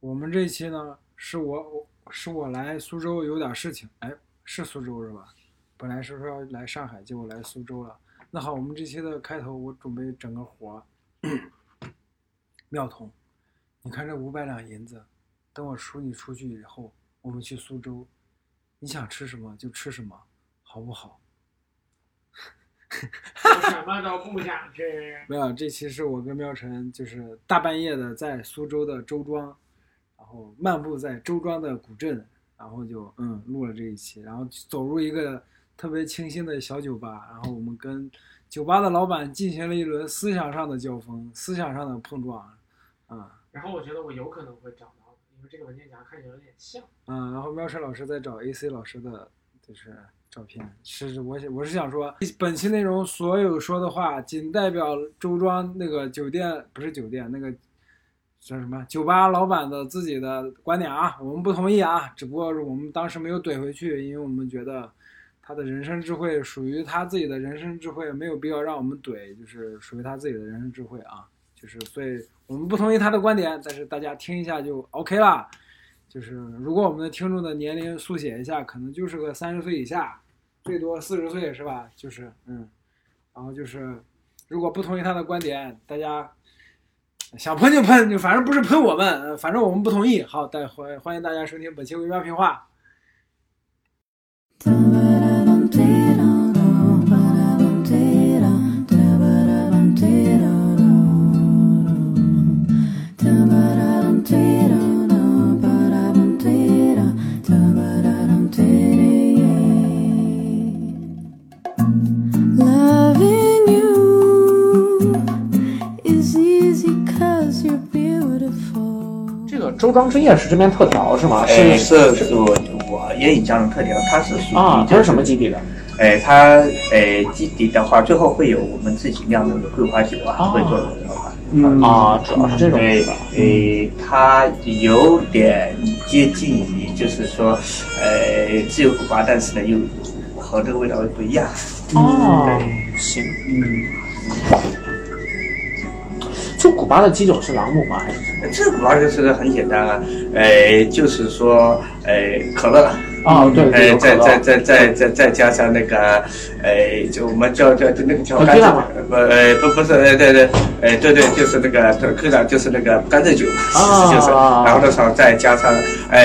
我们这期呢，是我我是我来苏州有点事情，哎，是苏州是吧？本来是说要来上海，结果来苏州了。那好，我们这期的开头我准备整个活儿。 妙童，你看这五百两银子，等我赎你出去以后，我们去苏州，你想吃什么就吃什么，好不好？我什么都不想吃。没有，这期是我跟妙晨就是大半夜的在苏州的周庄，然后漫步在周庄的古镇，然后就嗯录了这一期，然后走入一个特别清新的小酒吧，然后我们跟酒吧的老板进行了一轮思想上的交锋，思想上的碰撞，啊、然后我觉得我有可能会找到，因为这个文件夹看起来有点像。嗯、然后妙晨老师在找 AC 老师的就是照片，是我想我是想说，本期内容所有说的话仅代表周庄那个酒店不是酒店那个叫什么酒吧老板的自己的观点啊，我们不同意啊，只不过是我们当时没有怼回去，因为我们觉得。他的人生智慧属于他自己的人生智慧，没有必要让我们怼，就是属于他自己的人生智慧啊。就是所以我们不同意他的观点，但是大家听一下就 OK 啦。就是如果我们的听众的年龄速写一下，可能就是个三十岁以下，最多四十岁是吧？就是嗯，然后就是如果不同意他的观点，大家想喷就喷，就反正不是喷我们，呃反正我们不同意。好，大欢欢迎大家收听本期微妙评话。 Loving you is easy cause you're beautiful. 这个周庄之夜是这边特调是吗？哎，是是是我我也引向了特调，它是属于啊，就它是什么基底的？哎，它哎基底的话，最后会有我们自己酿的桂花酒啊，哦会做的调法。嗯啊，主要是这种对是吧？，诶，它有点接近于，就是说，呃，自由古巴，但是呢，又和这个味道又不一样。 哦，行，嗯，就古巴的基酒是朗姆吗？还是什么？这个古巴就是很简单啊，呃，就是说，呃，可乐，啊，对对，呃，有可再再乐。再再再再加上那个，呃，就我们叫叫就那个叫哦甘对蔗了，不呃不不是，呃对对，呃对对，就是那个科长就是那个甘蔗酒，啊就是，然后的时候再加上，呃，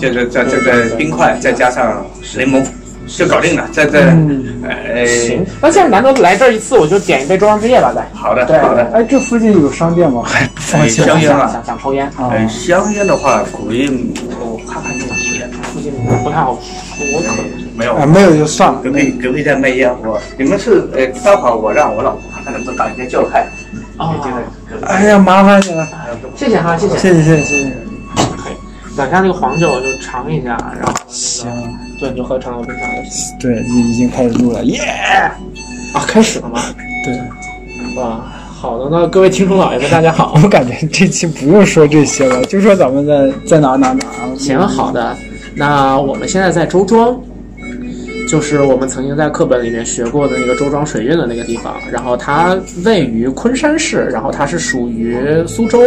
就是这这个冰块，再加上柠檬，就搞定了，这这，嗯，呃，行，那现在难得来这儿一次，我就点一杯周庄之夜吧，再。好的对好的，哎，这附近有商店吗？还哎香烟想啊，想想抽烟，啊呃香烟的话，古印我看看有几点，附近不太好说，可能。没有。哎没有就算了隔壁隔壁在卖烟，我你们是呃，待会儿我让我老婆看看能不能把人家叫开。哦，哎呀，麻烦你了，谢谢哈，谢谢。谢谢谢谢谢谢。晚上那个黄酒就尝一下，然后那个行，对，你就喝长岛冰茶就行。对，已经开始录了，耶！啊，开始了吗？对，哇，好的，那各位听众老爷们，大家好。我感觉这期不用说这些了，就说咱们在在哪儿哪儿哪儿。行，好的，那我们现在在周庄，就是我们曾经在课本里面学过的那个周庄水韵的那个地方，然后它位于昆山市，然后它是属于苏州，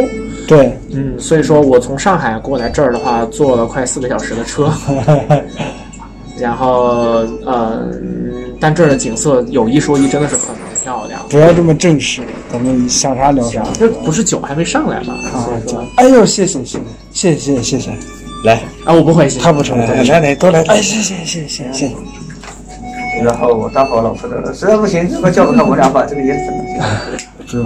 对，嗯，所以说我从上海过来这儿的话，坐了快四个小时的车，然后呃，但这儿的景色有一说一，真的是很漂亮。不要这么正式，咱们想啥聊啥。这不是酒还没上来吗？所啊以说，哎呦，谢谢谢谢谢谢谢谢，来，啊，我不会，他不成，来来来，都来，哎，谢谢谢谢谢谢。然后我待会儿老婆说，实在不行，如果叫不上，我俩把这个烟整了。这，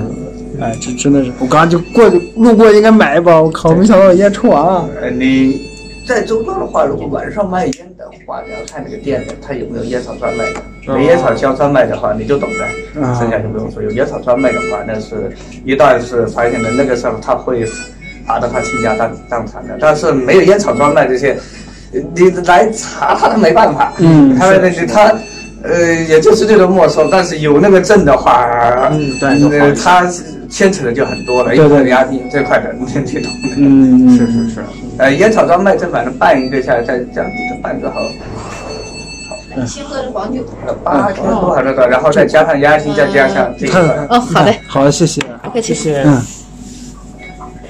哎，这真的是，我刚刚就过去路过，应该买一包，我靠，没想到我烟抽完了。呃，你在周庄的话，如果晚上卖烟的话，你要看那个店的，他有没有烟草专卖的。没烟草胶专卖的话，你就懂的，哦啊剩下就不用说。有烟草专卖的话，那是一旦是发现了那个时候，他会罚到他倾家荡荡产的。但是没有烟草专卖这些，呃你来查他都没办法。嗯他那他。呃，也就是这种没收，但是有那个证的话，嗯对就好呃一些他牵扯的就很多了，对对因为押金这块的，你你懂的。嗯，是是是，呃，烟草专卖正版的办一个下来，再这样子办个好，先喝着黄酒。呃八千多少个，然后再加上押金，再加上这嗯看看个，哦，好嘞，好，谢谢。客气。谢谢。嗯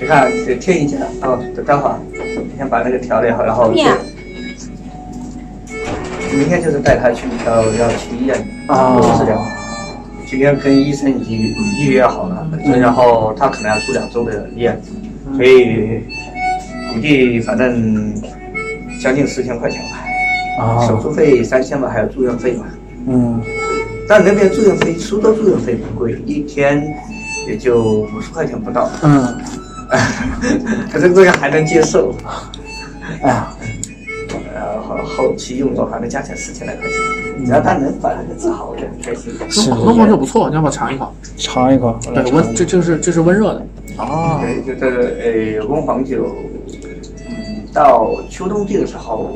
你看贴贴一下，哦，就刚好，先把那个调理好，然后就面明天就是带他去要要去医院哦治疗。今天跟医生已经预约好了，然后他可能要住两周的院，所以估计反正将近四千块钱吧，啊手术费三千吧，还有住院费吧。嗯但那边住院费，苏州住院费不贵，一天也就五十块钱不到，嗯， 可是这个还能接受。哎呀，呃，后后期用的话，能加起来四千来块钱，只要他能把那个治好，我就很开心。这种广东红酒不错，你要不要尝一口？尝一口，我来对，尝温这就是这是温热的。哦对，哎就是呃，温黄酒，嗯，到秋冬季的时候，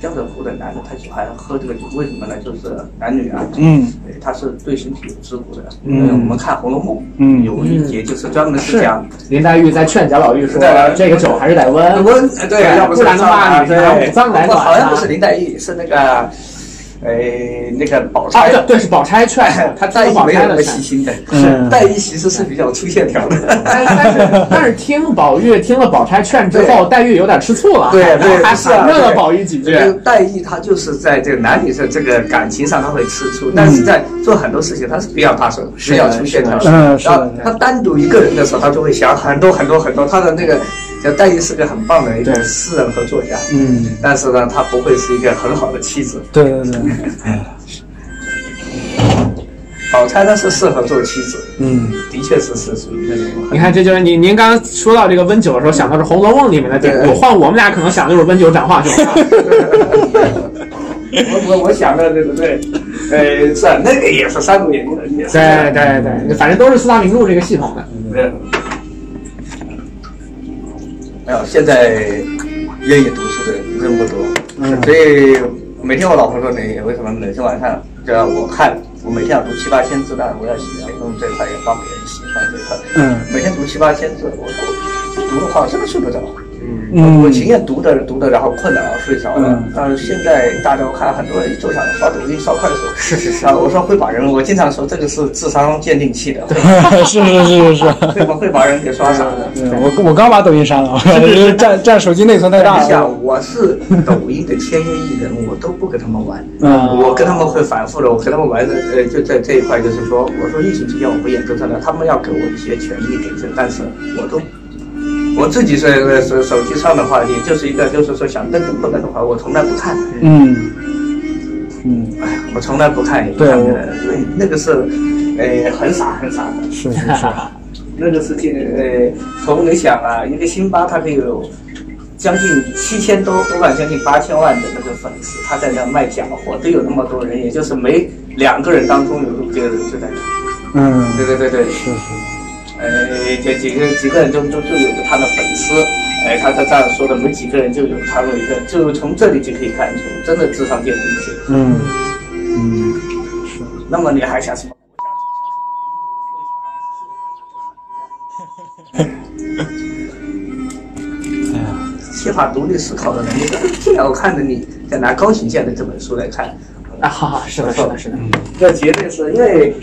江浙沪的男的他喜欢喝这个酒，为什么呢？就是男女啊，嗯对，它是对身体有滋补的。嗯呃我们看《红楼梦》，嗯有一节就是专门是是讲林黛玉在劝贾宝玉说对啊：“这个酒还是得温。”温，对，要不然的话，你对拿五，脏来不过管好像他不是林黛玉，是那个，呃，那个宝啊，钗。对对，是宝钗 劝的，他黛听玉宝没钗有那的么劝细。心的，嗯黛玉其实是比较粗线条的。但但是但是听宝玉听了宝钗劝之后，黛玉有点吃醋了，对然后对还是啊反问了对宝玉几句。就是黛玉她就是在这个男女的这个感情上她会吃醋，但是在做很多事情她是比较大手，是比较的粗线条是的嗯是的然后她单独一个人的时候，她就会想很多很多很多。她的那个，就黛玉是个很棒的一个对诗人和作家，嗯，但是呢，她不会是一个很好的妻子。对对嗯对，宝钗呢是适合做妻子，嗯，的确是是属于那种你很。 看，这就是您您刚刚说到这个温酒的时候，想到是《红楼梦》里面的典故，对换我们俩可能想的就是温酒斩华雄。啊 我我我想的对不对？呃，是啊，那个也是三国演义的，也是这对样对对，反正都是四大名著这个系统的。没有，现在愿意读书的人不多，嗯所以每天我老婆说你为什么每天晚上就让我看，我每天要读七八千字，但是我要写，用这块也帮别人写，帮这块，嗯，每天读七八千字，我说读的话真的睡不着。嗯 我情愿读着读着，然后困了，然后睡着了嗯。但是现在大家我看很多人一坐下来刷抖音、刷快手，是是是。我说会把人，我经常说这个是智商鉴 定器的，是是是是是，会把会把人给刷傻的。对我我刚把抖音删了，我感觉占占手机内存太大你了，想，我是抖音的签约艺人，我都不跟他们玩，嗯我跟他们会反复的，我跟他们玩的，呃，就在这一块，就是说，我说艺术之间我不研究他的，他们要给我一些权益给这，但是我都。我自己是手手机上的话，也就是一个，就是说想跟跟不跟的话，我从来不看，嗯嗯，哎我从来不看对上面的，因为那个是，呃，很傻很傻的，是是是，那个事情，呃，从你想啊，一个辛巴它可以有将近七千多，我感觉将近八千万的那个粉丝，他在那卖假货，都有那么多人，也就是每两个人当中有几个人就在那。嗯对是对对对，是，呃，这几个几个人就就就有他的粉丝，哎、他他这样说的，没几个人就有他们一个，就从这里就可以看出，真的智商鉴定器。嗯嗯是，那么你还想什么？ 哎呀，缺乏独立思考的能力。这样我看着你在拿高行健的这本书来看，啊，哈哈，是的，是的，是的。这绝对是因为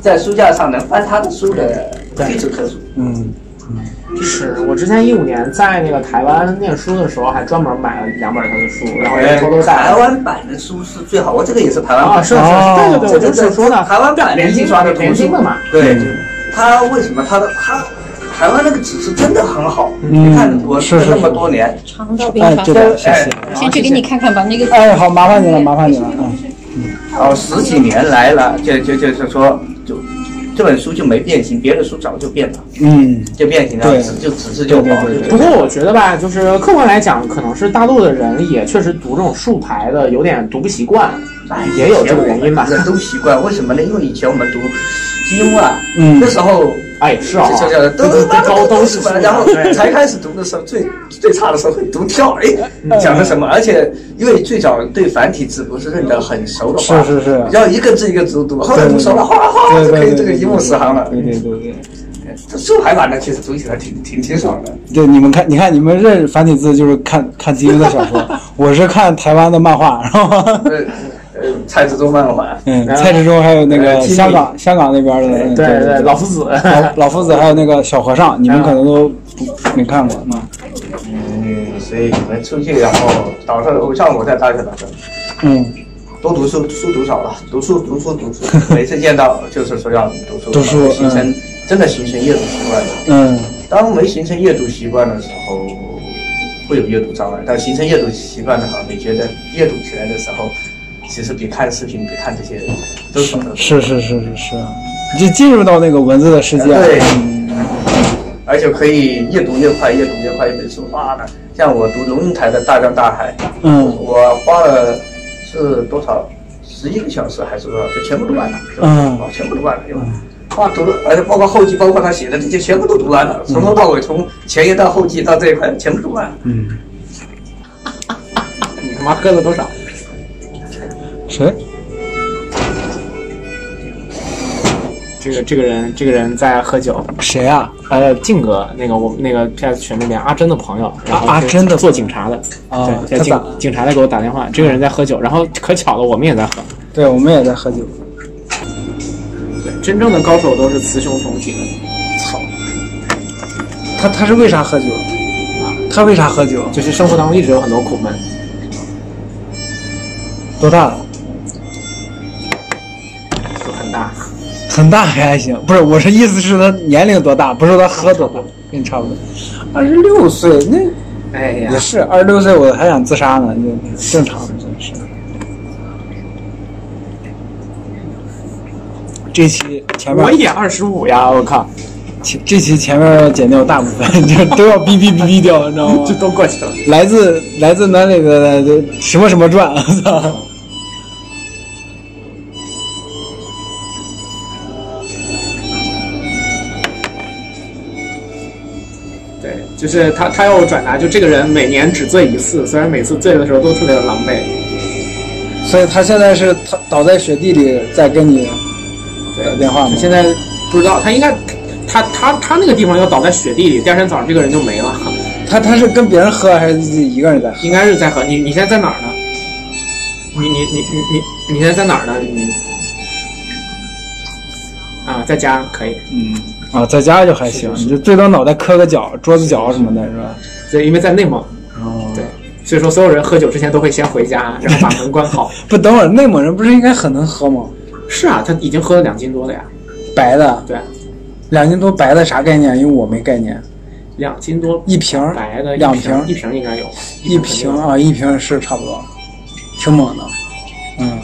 在书架上能翻他的书的屈指可数。嗯是我之前一五年在那个台湾念书的时候，还专门买了两本他的书，然后也偷偷带来哎台。湾版的书是最好，我这个也是台湾啊，版是的。是是，对对哦对，我就是说呢，台湾版的连印经刷的连图经书的嘛，对，他为什么他的他台湾那个纸质真的很好？你看我是这是么多年，尝到哎变化，对的，谢哎谢，，我先去给你看看吧，那个哎好，麻烦你了，麻烦你了，嗯。哦，十几年来了，就就就是说，就这本书就没变形，别的书早就变了，嗯就变形了，对纸就纸质就对对薄，就对不觉对过得我觉得吧，就是客观来讲，可能是大陆的人也确实读这种竖排的有点读不习惯，也有这个原因吧。人都习惯，为什么呢？因为以前我们读金庸啊，嗯那时候哎，是啊，就就这都这高都是什么，然后才开始读的时候，最最差的时候会读跳，哎，讲的什么？而且因为最早对繁体字不是认得很熟的话，是是是要一个字一个字读，后来读熟了，哗哗对就可对以对，这个一目十行了。对对对对，这竖排版的其实读起来挺挺挺爽的。对你们看，你看你们认繁体字就是看 看金庸的小说，我是看台湾的漫画， 然后呃呃，蔡志忠漫画，嗯，然后蔡志忠还有那呃个金敏香港香港那边的，嗯对对，对老夫子，老老夫子还有那个小和尚，你们可能都没看过吗？嗯，所以你们出去，然后早上我像我在大学打工，嗯，多读书，书读少了，读书读书读书， 每次见到就是说要读书，读书形成真的形成阅读习惯了。嗯，当没形成阅读习惯的时候，会有阅读障碍。但形成阅读习惯的话，你觉得阅读起来的时候，其实比看视频、比看这些都爽得多。是是是是是，你就进入到那个文字的世界了。嗯对，而且可以越读越快，越读越快。一本书哇的，像我读龙应台的《大江大海》，嗯我花了是多少十一个小时还是多少，就全部读完了。就嗯哦全部读完了，就哇读了，而且包括后记，包括他写的这些，全部都读完了，从头到尾，从前言到后记到这一块，全部读完了。嗯，你他妈喝了多少？谁？这个这个人，这个人在喝酒。谁啊？呃，靖哥，那个我们那个 PS 群里面阿珍的朋友，然后啊阿是珍的做警察的，哦对，他警咋警察在给我打电话，这个人在喝酒，然后可巧了，我们也在喝。对，我们也在喝酒。对，真正的高手都是雌雄同体的，他他是为啥喝酒？他为啥喝酒？啊就是生活当中一直有很多苦闷。多大了？就很大，很大还还行，不是，我是意思是他年龄多大，不是他喝多大，跟你差不多。二十六岁那哎呀也，是二十六岁，我还想自杀呢，就正常，真是。这期前面我也二十五呀，我靠，前这期前面要剪掉大部分， 就都要哔哔哔哔掉，你知道吗这？都过去了。来自来自哪里的什么什么传，我操！对，就是他，他要我转达，就这个人每年只醉一次，虽然每次醉的时候都特别的狼狈。 所以他现在是他倒在雪地里在跟你打对，电话吗他？现在不知道，他应该，他他他那个地方要倒在雪地里，第二天早上这个人就没了。他他是跟别人喝还是自己一个人在喝？应该是在和你，你现在在哪儿呢？你你你你你你现在在哪儿呢？你啊，在家可以，嗯，啊，在家就还行，你就最多脑袋磕个脚、桌子脚什么的，是吧？对，因为在内蒙，哦对，所以说所有人喝酒之前都会先回家，然后把门关好。 不，等会儿内蒙人不是应该很能喝吗？是啊，他已经喝了两斤多了呀，白的对，两斤多白的啥概念？因为我没概念，两斤多一瓶儿白的，两一瓶儿瓶一瓶应该有，一瓶肯定有啊，一瓶是差不多，挺猛的。嗯，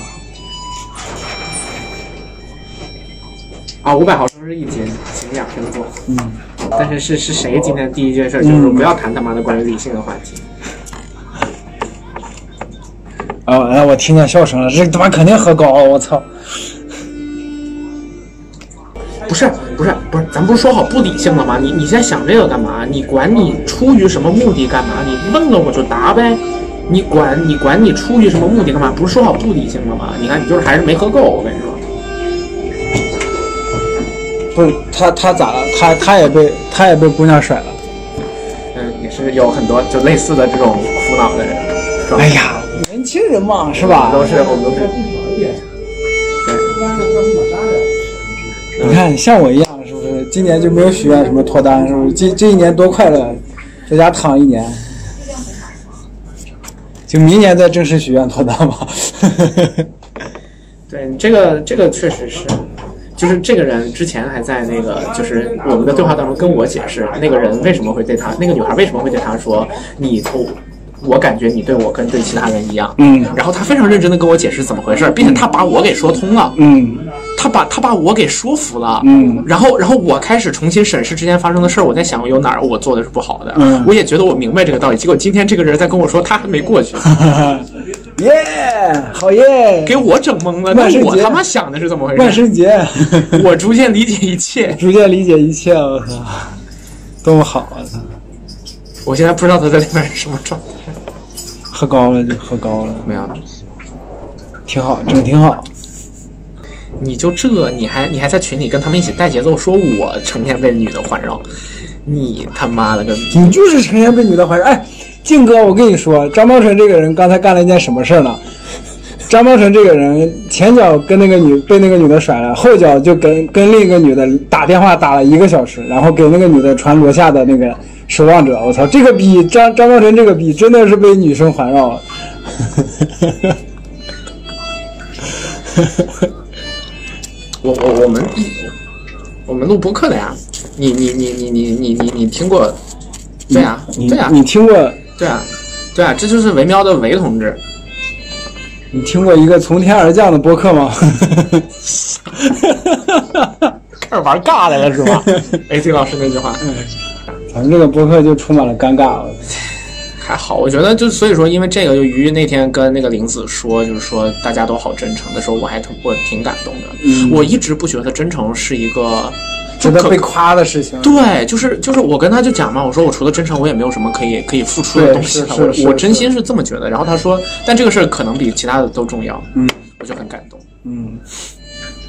啊，五百毫升是一斤，行两瓶多。嗯，但是是是谁今天第一件事就是不要谈他妈的关于理性的话题。哦，哎，我听见笑声了，这他妈肯定喝高，啊我操！不是不是不是，咱不是说好不理性了吗？你你现在想这个干嘛？你管你出于什么目的干嘛？你问了我就答呗。你管你管你出于什么目的干嘛？不是说好不理性了吗？你看你就是还是没喝够，我跟你说。不是他他咋了？他他也被他也被姑娘甩了。嗯，也是有很多就类似的这种苦恼的人。哎呀，年轻人嘛，啊是吧？都是我们都是。你看，像我一样，是不是今年就没有许愿什么脱单，是不是？这这一年多快乐，在家躺一年，就明年再正式许愿脱单吧。 对，这个这个确实是，就是这个人之前还在那个，就是我们的对话当中跟我解释，那个人为什么会对他，那个女孩为什么会对他说，你从。我感觉你对我跟对其他人一样，嗯然后他非常认真的跟我解释怎么回事，并且他把我给说通了，嗯他把他把我给说服了，嗯，然后然后我开始重新审视之前发生的事儿，我在想有哪儿我做的是不好的，嗯我也觉得我明白这个道理，结果今天这个人在跟我说他还没过 去， 耶，好耶！给我整懵了，万那圣我节他妈想的是怎么回 事？万圣节，我逐渐理解一切。逐渐理解一切， 我操，多么好啊！我现在不知道他在里面是什么状态。喝高了就喝高了，没有，挺好，整挺好。你就这，你还你还在群里跟他们一起带节奏，说我成天被女的环绕，你他妈了个逼！嗯你就是成天被女的怀着。哎，靖哥，我跟你说，张茂纯这个人刚才干了一件什么事儿呢？张宝成这个人，前脚跟那个女被那个女的甩了，后脚就跟跟另一个女的打电话打了一个小时，然后给那个女的传罗夏的那个守望者。我操，这个逼张张宝成这个逼真的是被女生环绕了。我我我们我们录播客的呀，你你你你你你你你听过？对呀、你对啊呀、你听过对啊，对啊，这就是维喵的维同志。你听过一个从天而降的播客 吗？ 开始玩尬来了是 吧？AC 老师那句话咱们这个播客就充满了尴尬。还好，我觉得就所以说，因为这个，就鱼那天跟那个玲子说，就是说大家都好真诚的时候，我还挺我挺感动的。我一直不觉得真诚是一个值嗯就得可被夸的事情。对，就是就是我跟他就讲嘛，我说我除了真诚，我也没有什么可以可以付出的对东西是了。是是我我真是心是这么觉得。然后他说，但这个事儿可能比其他的都重要。嗯，我就很感动。嗯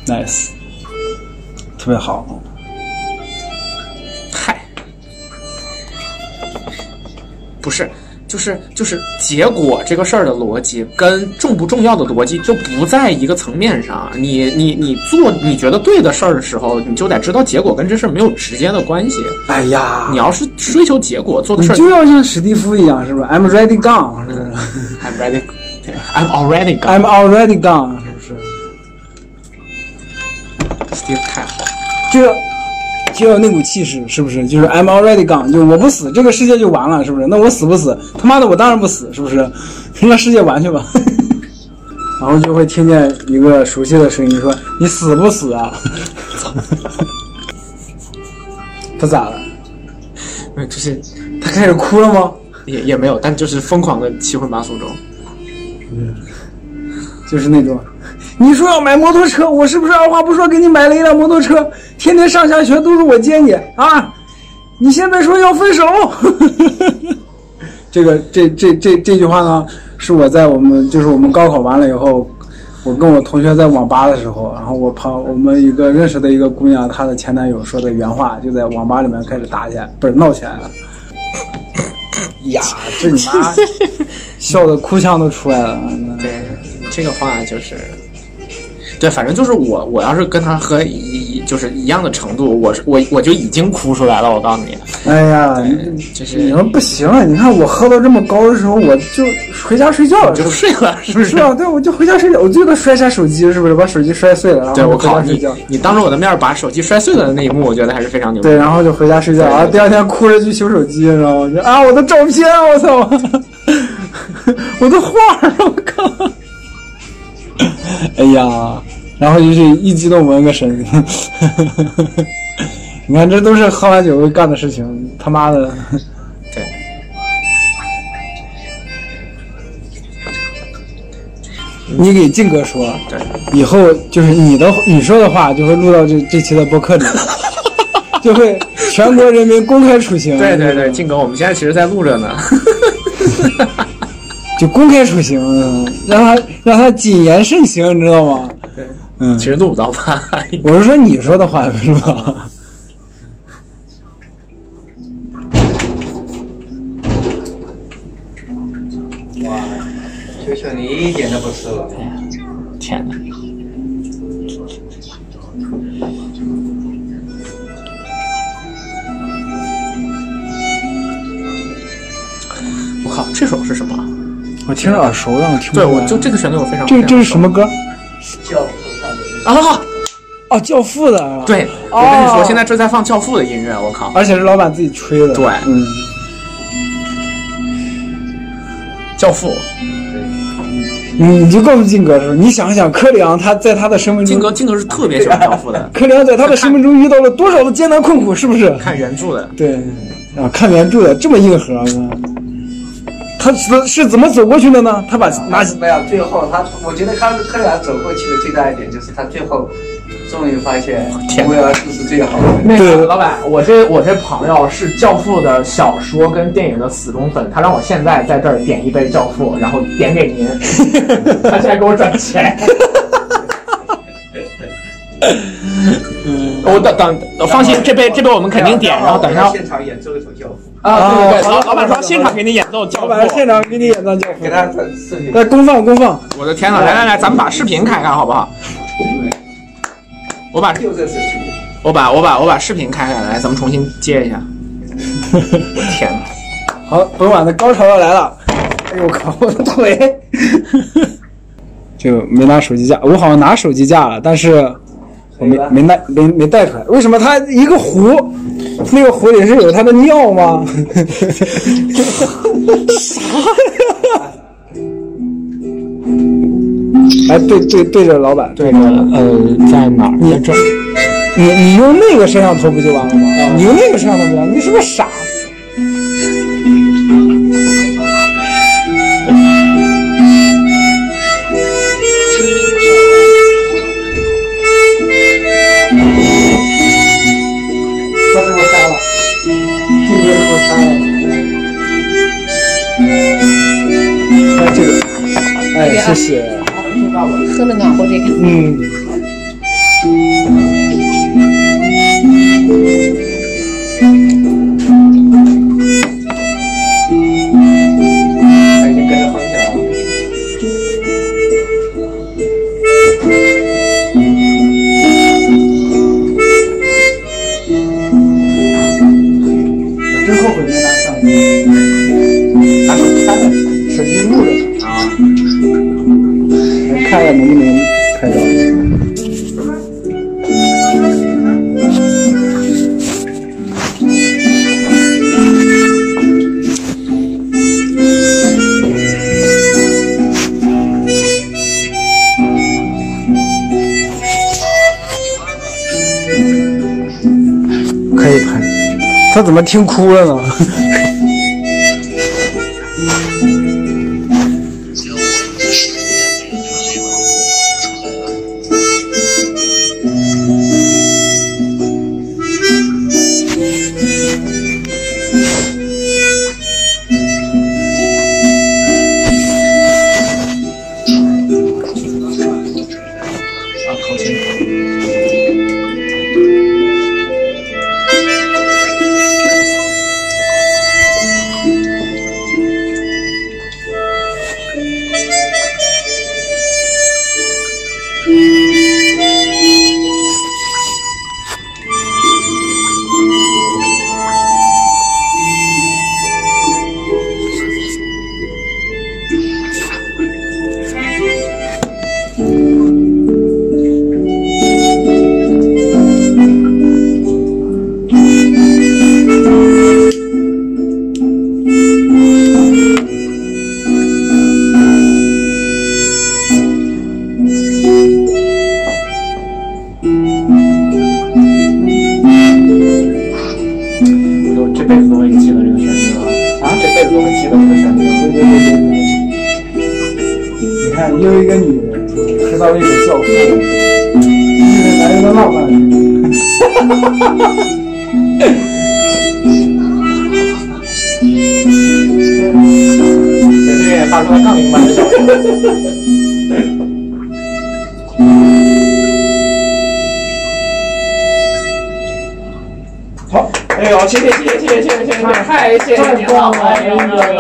，nice，特别好。嗨，不是，就是就是结果这个事儿的逻辑跟重不重要的逻辑就不在一个层面上。你你你做你觉得对的事儿的时候，你就得知道结果跟这事儿没有直接的关系。哎呀你，要是追求结果做的你事儿就要像史蒂夫一样，是不是？I'm ready gone，是不是，I'm ready, I'm already？I'm gone。already gone，是不是？ Steve 太好了，就要就要那股气势，是不是？就是 I'm already gone，就我不死，这个世界就完了，是不是？那我死不死？他妈的，我当然不死，是不是？让世界完去吧。 然后就会听见一个熟悉的声音说：“你死不死啊？” 他咋了？嗯，就是他开始哭了吗？也也没有，但就是疯狂的七荤八素中。就是那种，你说要买摩托车，我是不是二话不说给你买了一辆摩托车？天天上下学都是我接你啊！你现在说要分手， 这个这这这这句话呢，是我在我们就是我们高考完了以后，我跟我同学在网吧的时候，然后我旁我们一个认识的一个姑娘，她的前男友说的原话，就在网吧里面开始打起来，不是闹起来了。呀，这你 妈笑的哭腔都出来了。对，这个话就是，对，反正就是我，我要是跟他和一就是一样的程度，我是我我就已经哭出来了。我告诉你，哎呀，就是你说不行啊了，你看我喝到这么高的时候，我就回家睡觉了，就是睡了，是不不是是？啊？对，我就回家睡觉，我最多摔下手机，是不是？把手机摔碎了，然后对，我回靠家睡你觉。，你当着我的面把手机摔碎了的那一幕，我觉得还是非常牛逼。对，啊然后就回家睡觉，对对然后第二天哭着去修手机，然后就啊，我的照片，我操， 我的画儿，我靠， 哎呀，然后就是一激动纹个身，你看这都是喝完酒会干的事情，他妈的。对。 你给靖哥说，对，以后就是你的你说的话就会录到这这期的播客里， 就会全国人民公开处刑。对对对，靖哥，我们现在其实在录 着呢。就公开处刑，嗯让他让他谨言慎行，你知道吗？对，嗯其实录不到吧？我是说你说的话，是吧？求求你一点都不吃了。天哪！我靠，这首是什么？我听着耳熟，但我听不对，出来我就这个旋律我非常这这是什么歌？教父唱的啊？哦，《教父》的啊，对，我跟你说，哦现在这在放《教父》的音乐，我靠，而且是老板自己吹的。对嗯， 《教父》你你就告诉靖哥说，你想想柯里昂他在他的生命中，金哥，金哥是特别喜欢《教父》 的，柯里昂在他的生命中遇到了多少的艰难困苦，是不是？看原著的，对，啊，看原著的这么硬核呢，他是是怎么走过去的呢？他把拿那是没有，最后他，我觉得康斯科亚走过去的最大一点就是他最后终于发现天哪无为而治是最好的。那对个老板，我这我这朋友是《教父》的小说跟电影的死忠粉，他让我现在在这儿点一杯《教父》，然后点给 您，他现在给我转钱。嗯我等等，放心，这杯这杯我们肯定点，然后等一下现场演奏一首教父。啊，对对对，啊老老板说现场给你演奏教老父，板现场给你演奏教父给，他视频。来公放公放，我的天呐，来来来，咱们把视频看看好不好？我把就这视频，我把我把我把视频开开，来，咱们重新接 一下。我天呐，好，本晚的高潮要来了。哎呦我靠，我的腿！ 就没拿手机架，我好像拿手机架了，但是我没可以吧没带没没带出来。为什么它一个壶，那个壶里是有它的尿吗？ 啥呀？哎，对对对着老板，这个呃，在哪儿？在这儿。你你用那个摄像头不就完了吗？你用那个摄像头不就完了？你是不是傻？把这给我删了，这边给我删了。哎，这个，哎，谢谢。喝了暖和这个。嗯，哎，你跟着方向啊。我真后悔没拿相机。拿手机删了。手机录着呢啊，看看能不能拍到。可以拍，他怎么听哭了呢？我这辈子都会记得这个旋律了。啊，这辈子都会记得我的生日。对对对对对。你看，又一个女人知道一种教父，一个男人的浪漫。对对面发出了杠铃般的笑声。好，哎呦，谢谢谢谢谢谢谢谢谢谢谢，太谢谢您了，哎呦哎呦，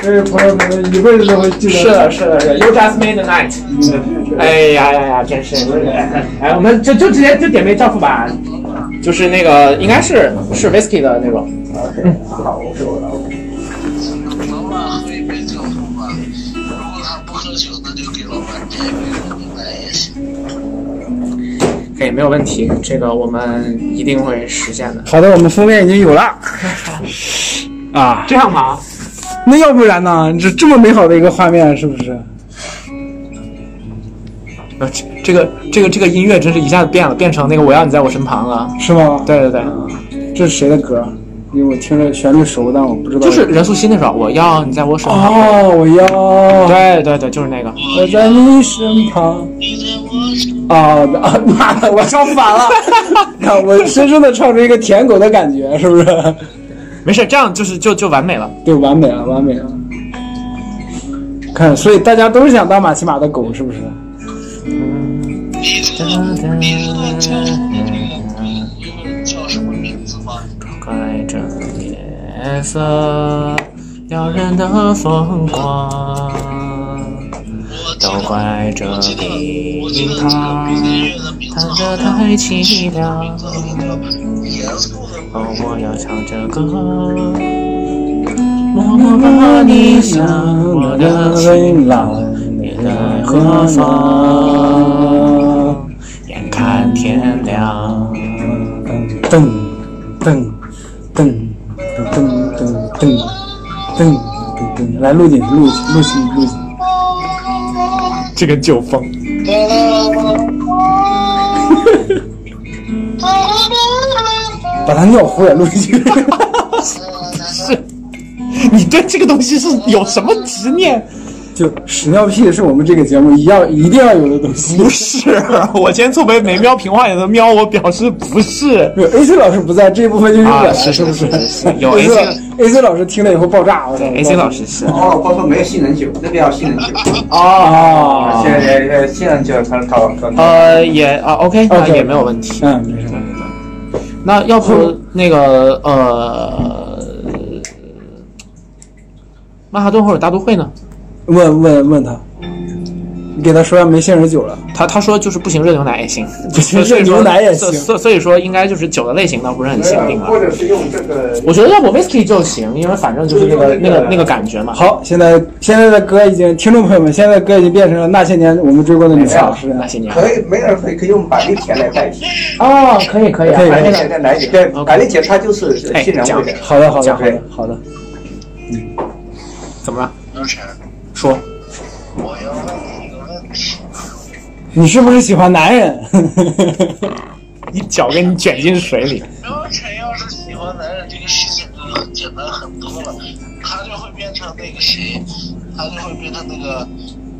这位朋友可能一辈子都会记得。是的，是的，是的，You just made the night。哎呀呀呀，真是！哎，我们就就直接就点杯教父吧，就是那个应该是是 whisky 的那种。老板喝一杯特苦吧，如果他不喝酒，那就给老板点一杯红白也行。可以，没有问题，这个我们一定会实现的。好的，我们封面已经有了。啊，这样吗？那要不然呢？这这么美好的一个画面，是不是？呃，这这个这个这个音乐真是一下子变了，变成那个我要你在我身旁了。是吗？，对对对，这是谁的歌？因为我听着旋律熟，但我不知道。就是任素汐那首《我要你在我身旁》。哦，我要对对对，就是那个。我在你身旁。你在我身啊啊！ 妈的，我唱反了，看我深深的唱出一个舔狗的感觉，是不是？没事，这样就是就就完美了。对，完美了，完美了。看，所以大家都是想当马奇马的狗，是不是？你知道你知道叫什么名字吗？乖着你。彩色，耀人的风光，我记都得，怪这我记得，我记冰得这个糖。冰音乐的名字弹好得像太凄名凉字，好像严肃的哦，我要唱着歌，默默把你想，我的情郎，你在何方？眼看天亮，噔噔噔噔噔噔噔噔噔噔，来录进去，录进去，录进去，录进去。这个酒疯。把他尿壶也录进去。你对这个东西是有什么执念？就屎尿屁是我们这个节目一要一定要有的东西。不是，我今天作为没瞄平话眼的瞄，我表示不是。没有 AC 老师不在，这一部分就是我啊，来，是是是不是是是是，有 AC AC 老 AC 老师听了以后爆炸，我操 AC 老师是哦，包括没有杏仁酒，那个要杏仁酒，哦现在呃杏仁酒才搞搞。呃，也啊，OK，那 OK 也没有问题。嗯，没事。那要不那个呃，曼哈顿或者大都会呢？问问问他，你给他说要没杏仁酒了，他他说就是不行，热牛奶也行，不所行以说热牛奶也行所所以说应该就是酒的类型倒不是很限定呃或了。者是用这个我觉得要不 whisky 就行，因为反正就是那个对对那对个那个感觉嘛。好，现在现在的歌已经，听众朋友们，现在的歌已经变成了那些年我们追过的女老师。那些年可以，没人可以可以用百利甜来代替，哦，可以可以啊可以百反正利那个甜再来一点。对， OK 百利甜它就是哎杏仁味的讲。好的，好的，讲好的，好的。怎么了？刘晨，说我要问你一个问题，你是不是喜欢男人？你脚给你卷进水里，刘晨要是喜欢男人这个事情就很简单很多了，他就会变成那个谁，他就会变成那个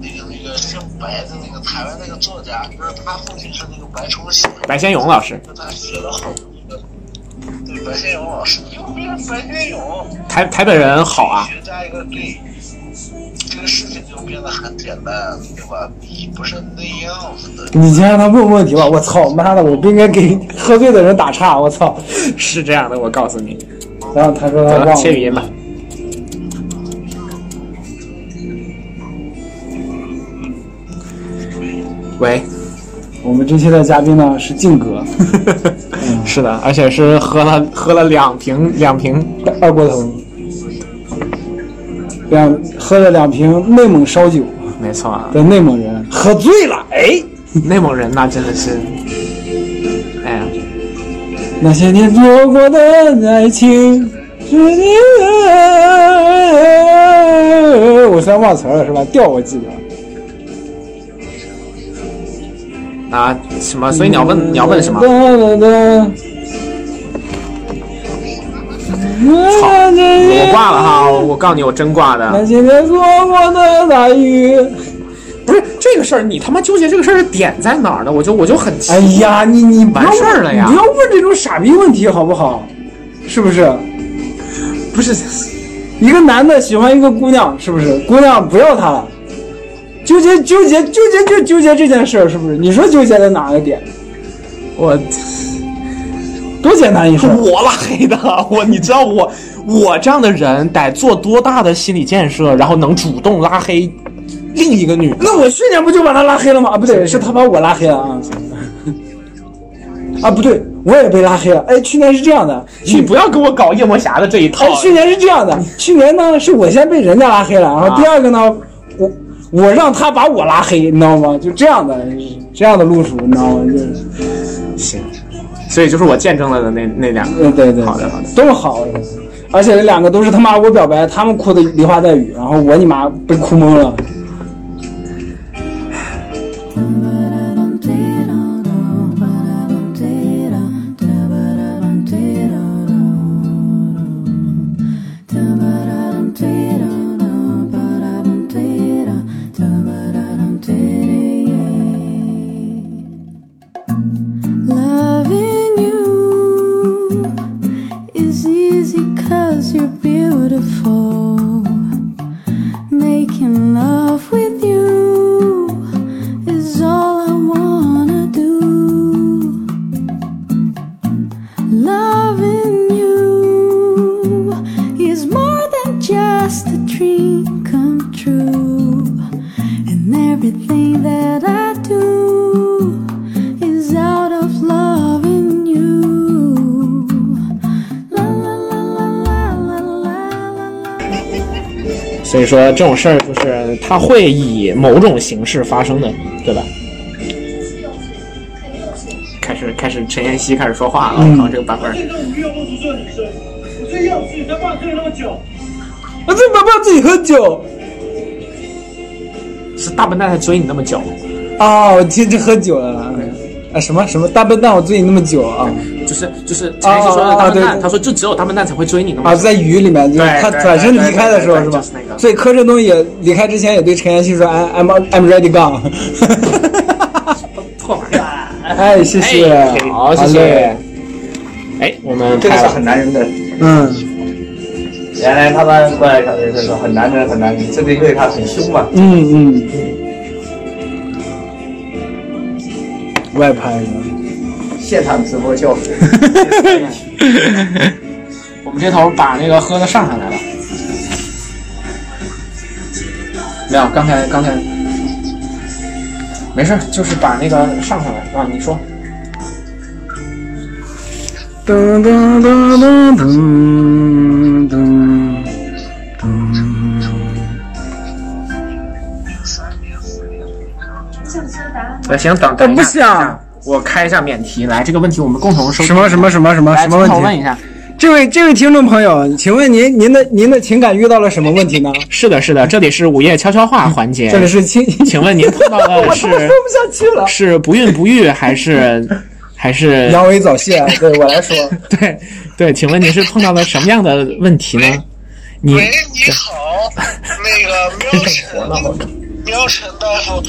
那个那个姓白的那个台湾那个作家，就是他父亲是那个白崇禧。白先勇老师，就他写了好多那个，对白先勇老师，你又不是白先勇，台台北人好啊，学加一个 gay，这个事情就变得很简单，对吧？你不是那样子的，你先让他问问题吧。我操，妈的，我不应该给喝醉的人打岔。我操！ 是这样的，我告诉你。然后他说他好呃 了，忘了。啊切语音吧。喂，我们这期的嘉宾呢是静哥， 是的，而且是喝了喝了两瓶两瓶，二锅头，两喝了两瓶内蒙烧酒没错啊，的内蒙人喝醉了。哎，内蒙人那真的是，哎呀，那些年错过的爱情，是你的。我虽然忘词儿了是吧？调我记得。啊什么？所以你要问你要问什么？我挂了哈，我告诉你，我真挂那的。些年错过的大雨。不是这个事儿，你他妈纠结这个事儿的点在哪儿呢？我就我就很气。哎呀，你你不要完事儿哎了呀问你不要问这种傻逼问题好不好？是不是？不是，一个男的喜欢一个姑娘，是不是？姑娘不要他了，纠结纠结纠结就纠结这件事儿，是不是？你说纠结在哪个点？我多简单一事儿，我拉黑的，我你知道我我这样的人得做多大的心理建设，然后能主动拉黑另一个女的？那我去年不就把他拉黑了吗？啊，不对，是他把我拉黑了啊。 啊，不对，我也被拉黑了。哎，去年是这样的，你不要跟我搞夜魔侠的这一套哎，。去年是这样的，去年呢是我先被人家拉黑了，啊然后第二个呢，我我让他把我拉黑，你知道吗？就这样的这样的路数，你知道吗？就是，行，所以就是我见证了的那那两个。嗯，对对，好的好的，都好。而且这两个都是他妈我表白，他们哭的梨花带雨，然后我你妈被哭懵了。 Loving you is easy cause you're beautiful. Making love 所以说这种事儿就是它会以某种形式发生的，对吧？开始开始，陈妍希开始说话嗯了。我靠，这个版本儿，现在我没有露出这女生，我最要自己在办醉那么久，啊我怎么帮自己喝酒？是大笨蛋才追你那么久，啊，我听着喝酒了啦。啊，什么什么大笨蛋，我追你那么久啊！就是就是陈妍希说的哦哦哦大笨对蛋，对他说就只有大笨蛋才会追你那么啊，久。在雨里面，就是对他对转身离开的时候对是对吧就是那？个所以柯震东也离开之前也对陈妍希说：“I'm I'm I'm ready gone。破玩意儿！”哎，谢谢哎，好，谢嘞谢。。哎，我们这个拍是了。很男人的。哎嗯，原来他们过来小学的时候很男人很男人，这个因为他很凶嘛。嗯嗯，外拍的，现场直播效果。我们这头把那个喝的上上来了。没有，刚才刚才没事儿，就是把那个上上来啊。你说，噔噔噔噔噔噔来哎行，等等一下等一下，我开一下免提。来，这个问题我们共同收。什么什么什么什么来，什么从头问问题？一下。这位这位听众朋友，请问您您的您的情感遇到了什么问题呢？是的，是的，这里是午夜悄悄话环节。这里，是亲， 请问您碰到 的我是说不下去了。是不孕不育还 是还是？阳痿早啊泄，对我来说， 对对，请问您是碰到了什么样的问题呢？你喂，你好，那个喵晨，喵晨大夫，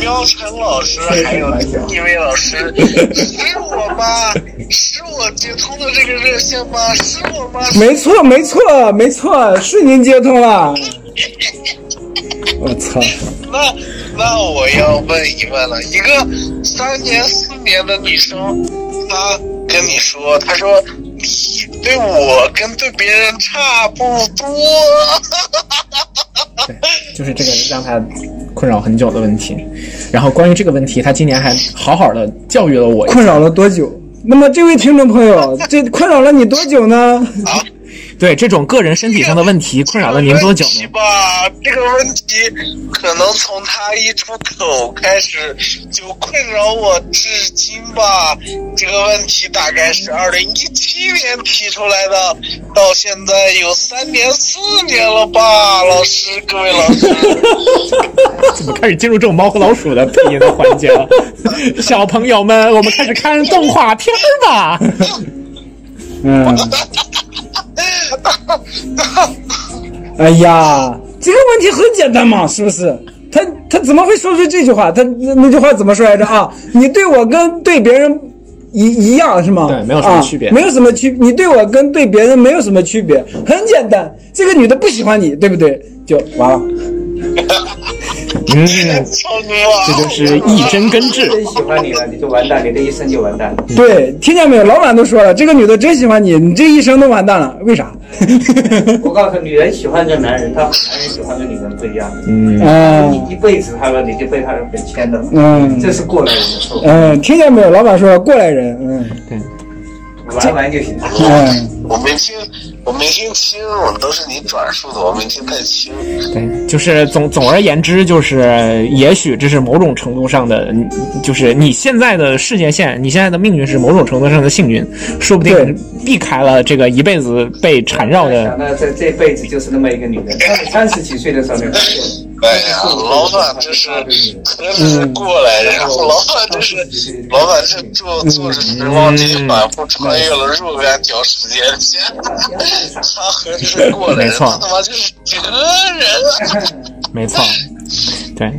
喵晨老师，还有一位老师，是我吗？是我接通的这个热线吗？是我吗？没错，没错，没错，是您接通了。我操！那那我要问一问了，一个三年四年的女生，她跟你说，她说你对我跟对别人差不多， 就是这个让他困扰很久的问题。然后关于这个问题，他今年还好好的教育了我一下。困扰了多久？那么这位听众朋友，这困扰了你多久呢？ 对这种个人身体上的问题困扰了您多久这个问 呢？题吧，这个问题可能从他一出口开始就困扰我至今吧。这个问题大概是二零一七年提出来的，到现在有三年四年了吧，老师，各位老师。怎么开始进入这种猫和老鼠的 配音的环节 了？小朋友们，我们开始看动画片儿吧。嗯，哎呀，这个问题很简单嘛，是不是？他他怎么会说出这句话？他那那句话怎么说来着啊？你对我跟对别人一一样是吗？对没有什么区别啊没有什么区，你对我跟对别人没有什么区别，很简单。这个女的不喜欢你，对不对？就完了。嗯，超牛啊！这就是一针根治。真哎喜欢你了，你就完蛋，你的一生就完蛋了。嗯对，听见没有？老板都说了，这个女的真喜欢你，你这一生都完蛋了。为啥？我告诉你，女人喜欢这男人，他和男人喜欢的女人不一样。嗯，嗯你一辈子他了，你就被他人给牵着了。嗯这是过来人的错，嗯，听见没有？老板说了，过来人，嗯玩玩就行。嗯，我没听，我没听清，我都是你转述的，我没听太清。对，就是总总而言之，就是也许这是某种程度上的，嗯就是你现在的世界线，你现在的命运是某种程度上的幸运，说不对定避开了这个一辈子被缠绕想的。到这这辈子就是那么一个女人，当你三十几岁的时候，你发现哎呀，老板真是真是过来人，然后老板真是老板是坐坐着时光机反复穿越了若干条时间线，他和这是过来人，他他妈就是哲人。没错，对，哎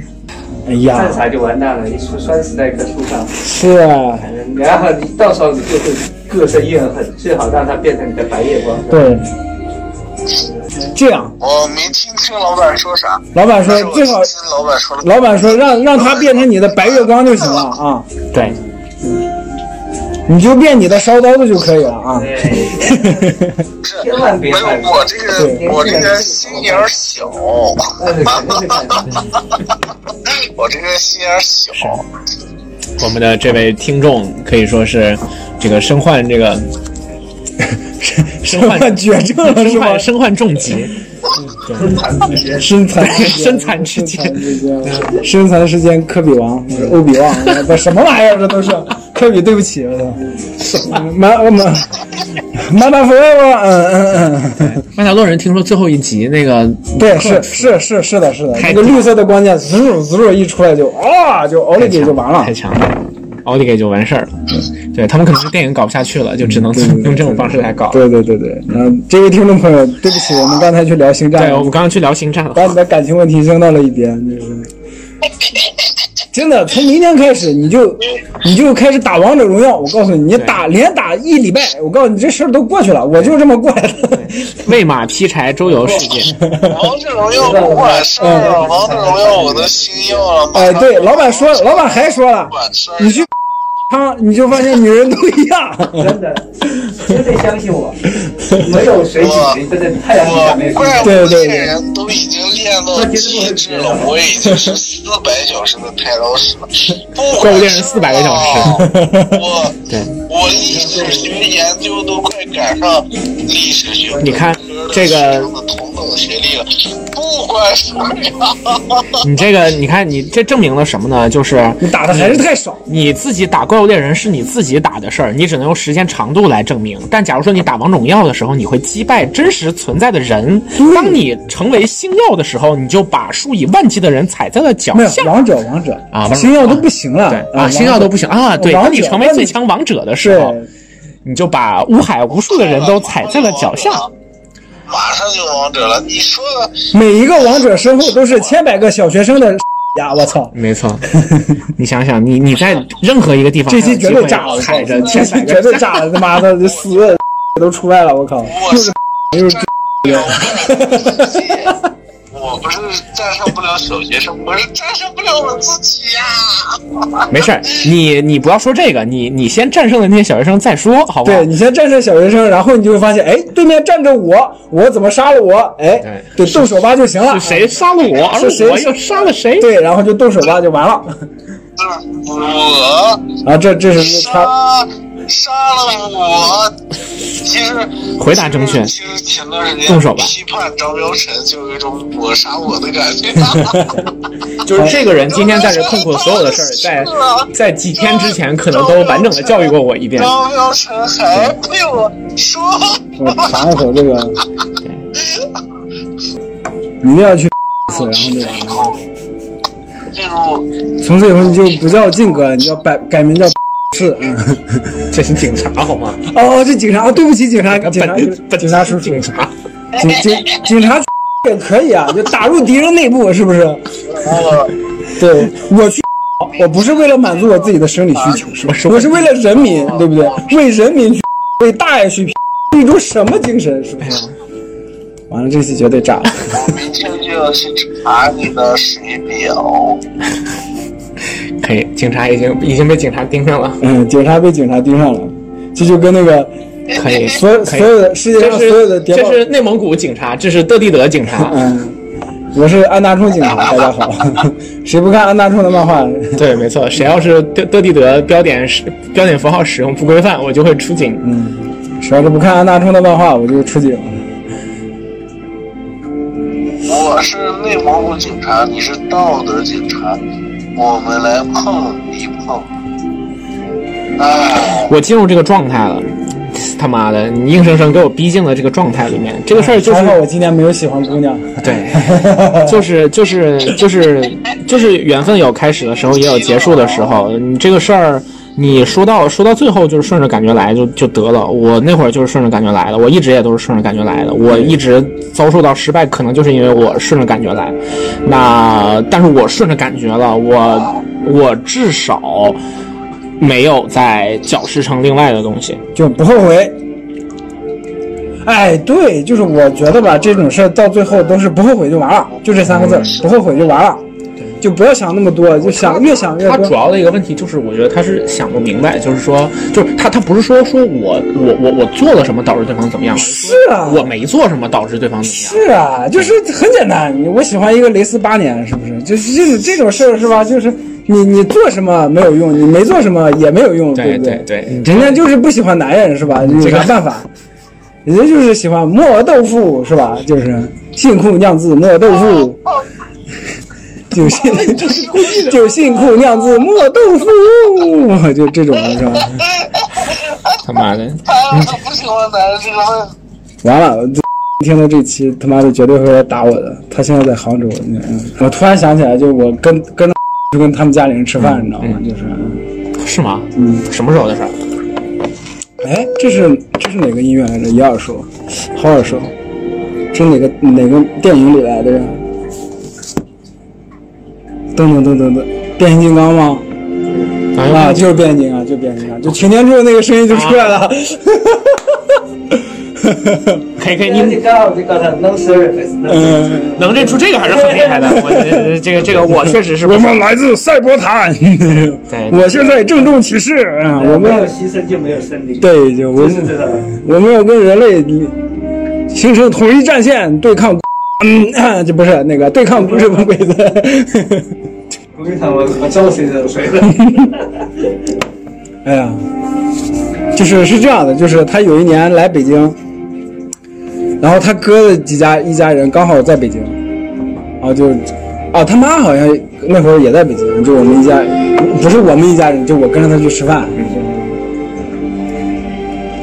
站呀，啥就完蛋了，你出栓死在一棵树上，是啊，然后你到时候你就会各生怨恨，最好让它变成你的白夜光。对。这样，我没听清老板说啥，老板说但是我最好，听老板说了。老板说让让她变成你的白月光就行了啊，对，你就变你的烧刀子就可以了啊。是千万别没有犯，我这个我这个心眼儿小，但是肯定是犯错。我这个心眼儿小。我们的这位听众可以说是这个身 患这个身身患绝症了是身吗 患身患重疾， 身残身残之间，身残之间，科比王，我是欧比旺，我不什么玩意儿，这都 是科比，对不起，嗯我操，马马马达福嗯嗯嗯，曼达洛人听说最后一集那个对，是是是是的，是的，太那个绿色的光剑，滋入滋入一出来就啊，就奥利给就完了嗯太，强了。奥利给就完事儿了，对他们可能是电影搞不下去了，就只能对对对用这种方式来搞。对对对对，嗯，这位听众朋友，对不起，我们刚才去聊星战对，我了们，刚刚去聊星战了，把你的感情问题扔到了一边，就是。真的，从明天开始你就你就开始打王者荣耀。我告诉你，你打连打一礼拜，我告诉你这事儿都过去了，我就是这么过来的。喂马劈柴周游世界，王者荣耀不管事儿了，王者荣耀我都心硬了。哎，对，老板说了，老板还说了不，管事儿你去他你就发现女人都一样。真的，真的相信 我，没有谁比谁真的太阳比咱们我怪对物对猎人都已经练到极致了，我已经是四百小时的泰老师了。不怪管啊物猎人400个小 时我对我历史学研究都快赶上历史学本科的你看这个学生的同等学历了，不管什么呀。你这个你看你这证明了什么呢？就是 你打的还是太少。你自己打怪物猎人是你自己打的事儿，你只能用时间长度来证明。但假如说你打王者荣耀的时候，你会击败真实存在的人。当你成为星耀的时候，你就把数以万计的人踩在了脚没有下。王者，王者啊王者星耀都不行了对啊，啊，星耀都不行啊！对，王当者你成为最强王者的时候，对，你就把乌海无数的人都踩在了脚下。马上就王者了，你说的每一个王者身后都是千百个小学生的 呀，我操！没 错，你想想，你你在任何一个地方这期绝对炸还了，有我机靠会踩啊着 这期千百绝哎个对炸了，他 妈的就死都出来了，我 靠！我又是又是我不是战胜不了小学生，我是战胜不了我自己呀、没事儿，你你不要说这个，你你先战胜了那些小学生再说，好不好对？你先战胜小学生，然后你就会发现，哎，对面站着我，我怎么杀了我？哎，对，动手吧就行了是。谁杀了我，而是谁我又杀了谁？对，然后就动手吧就完了。我啊，这这是他杀杀了我，其实 回答正确其实前段时间动手吧批判张彪晨就有一种我杀我的感 觉。就是这个人今天在这痛苦的所有的事儿，在在几天之前可能都完整的教育过我一遍。啊张彪晨还对我说我尝一口这个，你一定要去死，然后就完了。这种从此以后你就不叫靖哥了，你叫改改名叫是。嗯这是警察好吗？哦，这警察，哦对不起，警察，警察，本本警察叔叔，警察，警警警察也可以啊，就打入敌人内部，是不是？我对，我去，我不是为了满足我自己的生理需求，啊是吧？我是为了人民，哦对不对？为人民去，为大爷去，是一种什么精神？是不是？完了，这期绝对炸 了。我明天就要去查你的水表。可以，警察已经已经被警察盯上了，嗯，警察被警察盯上了，这就跟那个哎可 以。所有所有的世界这上所有的是谍报这，是内蒙古警察，这是德地德警察。嗯，我是安大冲警察，大家好。 谁不看安大冲的漫画？对，没错，谁要是德德地德标点使标点符号使用不规范，我就会出警。谁要是不看安大冲的漫画，我就出警。我是内蒙古警察，你是道德警察，我们来碰一碰。哎，我进入这个状态了，他妈的，你硬生生给我逼进了这个状态里面。这个事儿就还是好我今年没有喜欢姑娘。对，就是就是就是就是缘分有开始的时候，也有结束的时候。你这个事儿，你说到说到最后就是顺着感觉来就就得了。我那会儿就是顺着感觉来的，我一直也都是顺着感觉来的。我一直遭受到失败，可能就是因为我顺着感觉来。那但是我顺着感觉了，我我至少没有在矫饰成另外的东西。就不后悔。哎，对，就是我觉得吧，这种事儿到最后都是不后悔就完了，就这三个字儿，不后悔就完了，就不要想那么多，就想越想越他主多。要的一个问题就是，我觉得他是想不明白，就是说，就是他他不是说说我我我我做了什么导致对方怎么样，而是说是啊我没做什么导致对方怎么样。是啊，就是很简单，你我喜欢一个蕾丝八年，是不是？就是这种这种事儿是吧？就是你你做什么没有用，你没做什么也没有用，对不对对，人家就是不喜欢男人是吧？有啥办法？人家就是喜欢磨豆腐是吧？就是，性控酿制磨豆腐， 酒性 酒性控酿制磨豆腐， 就这种的是吧？他妈的，啊，我不喜欢男人这个问题。完了，这 听到这期他妈的绝对会来打我的。他现在在杭州，嗯我突然想起来，就我跟跟 就跟他们家里人吃饭，你知道吗？就是，是吗？嗯，什么时候的事儿？哎，这是这是哪个音乐来着？也耳熟，好耳熟，是哪个哪个电影里来的呀？噔噔噔噔噔，变形金刚吗？哎啊，呀，就是变形金刚，就是变形金啊刚，就擎天柱那个声音就出来了。可以可以，你你就告就告诉他 no service，no service 嗯。能认出这个还是很厉害的。我这这个这个我确实是不我是们来自赛博坦，对我现在郑重其事啊，我没有们牺牲就没有胜利，对，就我就是们这种。我们要跟人类形成统一战线，对抗，嗯，这不是那个对抗日本鬼子。我跟你讲，我我教谁惹谁了？哎呀，就是是这样的，就是他有一年来北京，然后他哥的几家一家人刚好在北京，然后就，啊他妈好像那会儿也在北京，就我们一家，不是我们一家人，就我跟着他去吃饭，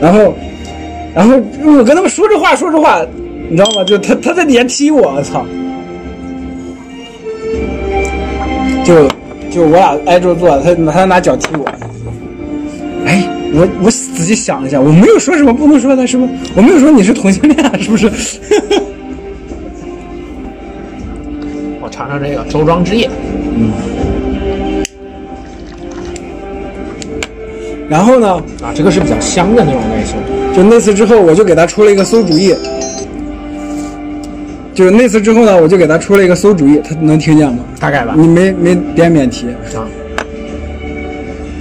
然后，然后我跟他们说着话说着话，你知道吗？就他他在底下踢我，我操！就就我俩挨着坐，他他拿脚踢我。哎，我我仔细想一下，我没有说什么不能说的，是不是？我没有说你是同性恋啊，是不是？ 我尝尝这个周庄之夜，然后呢，啊，这个是比较香的那种类型。就那次之后，我就给他出了一个馊主意。就是那次之后呢，我就给他出了一个馊主意，他能听见吗？大概吧。你没没别免提，啊，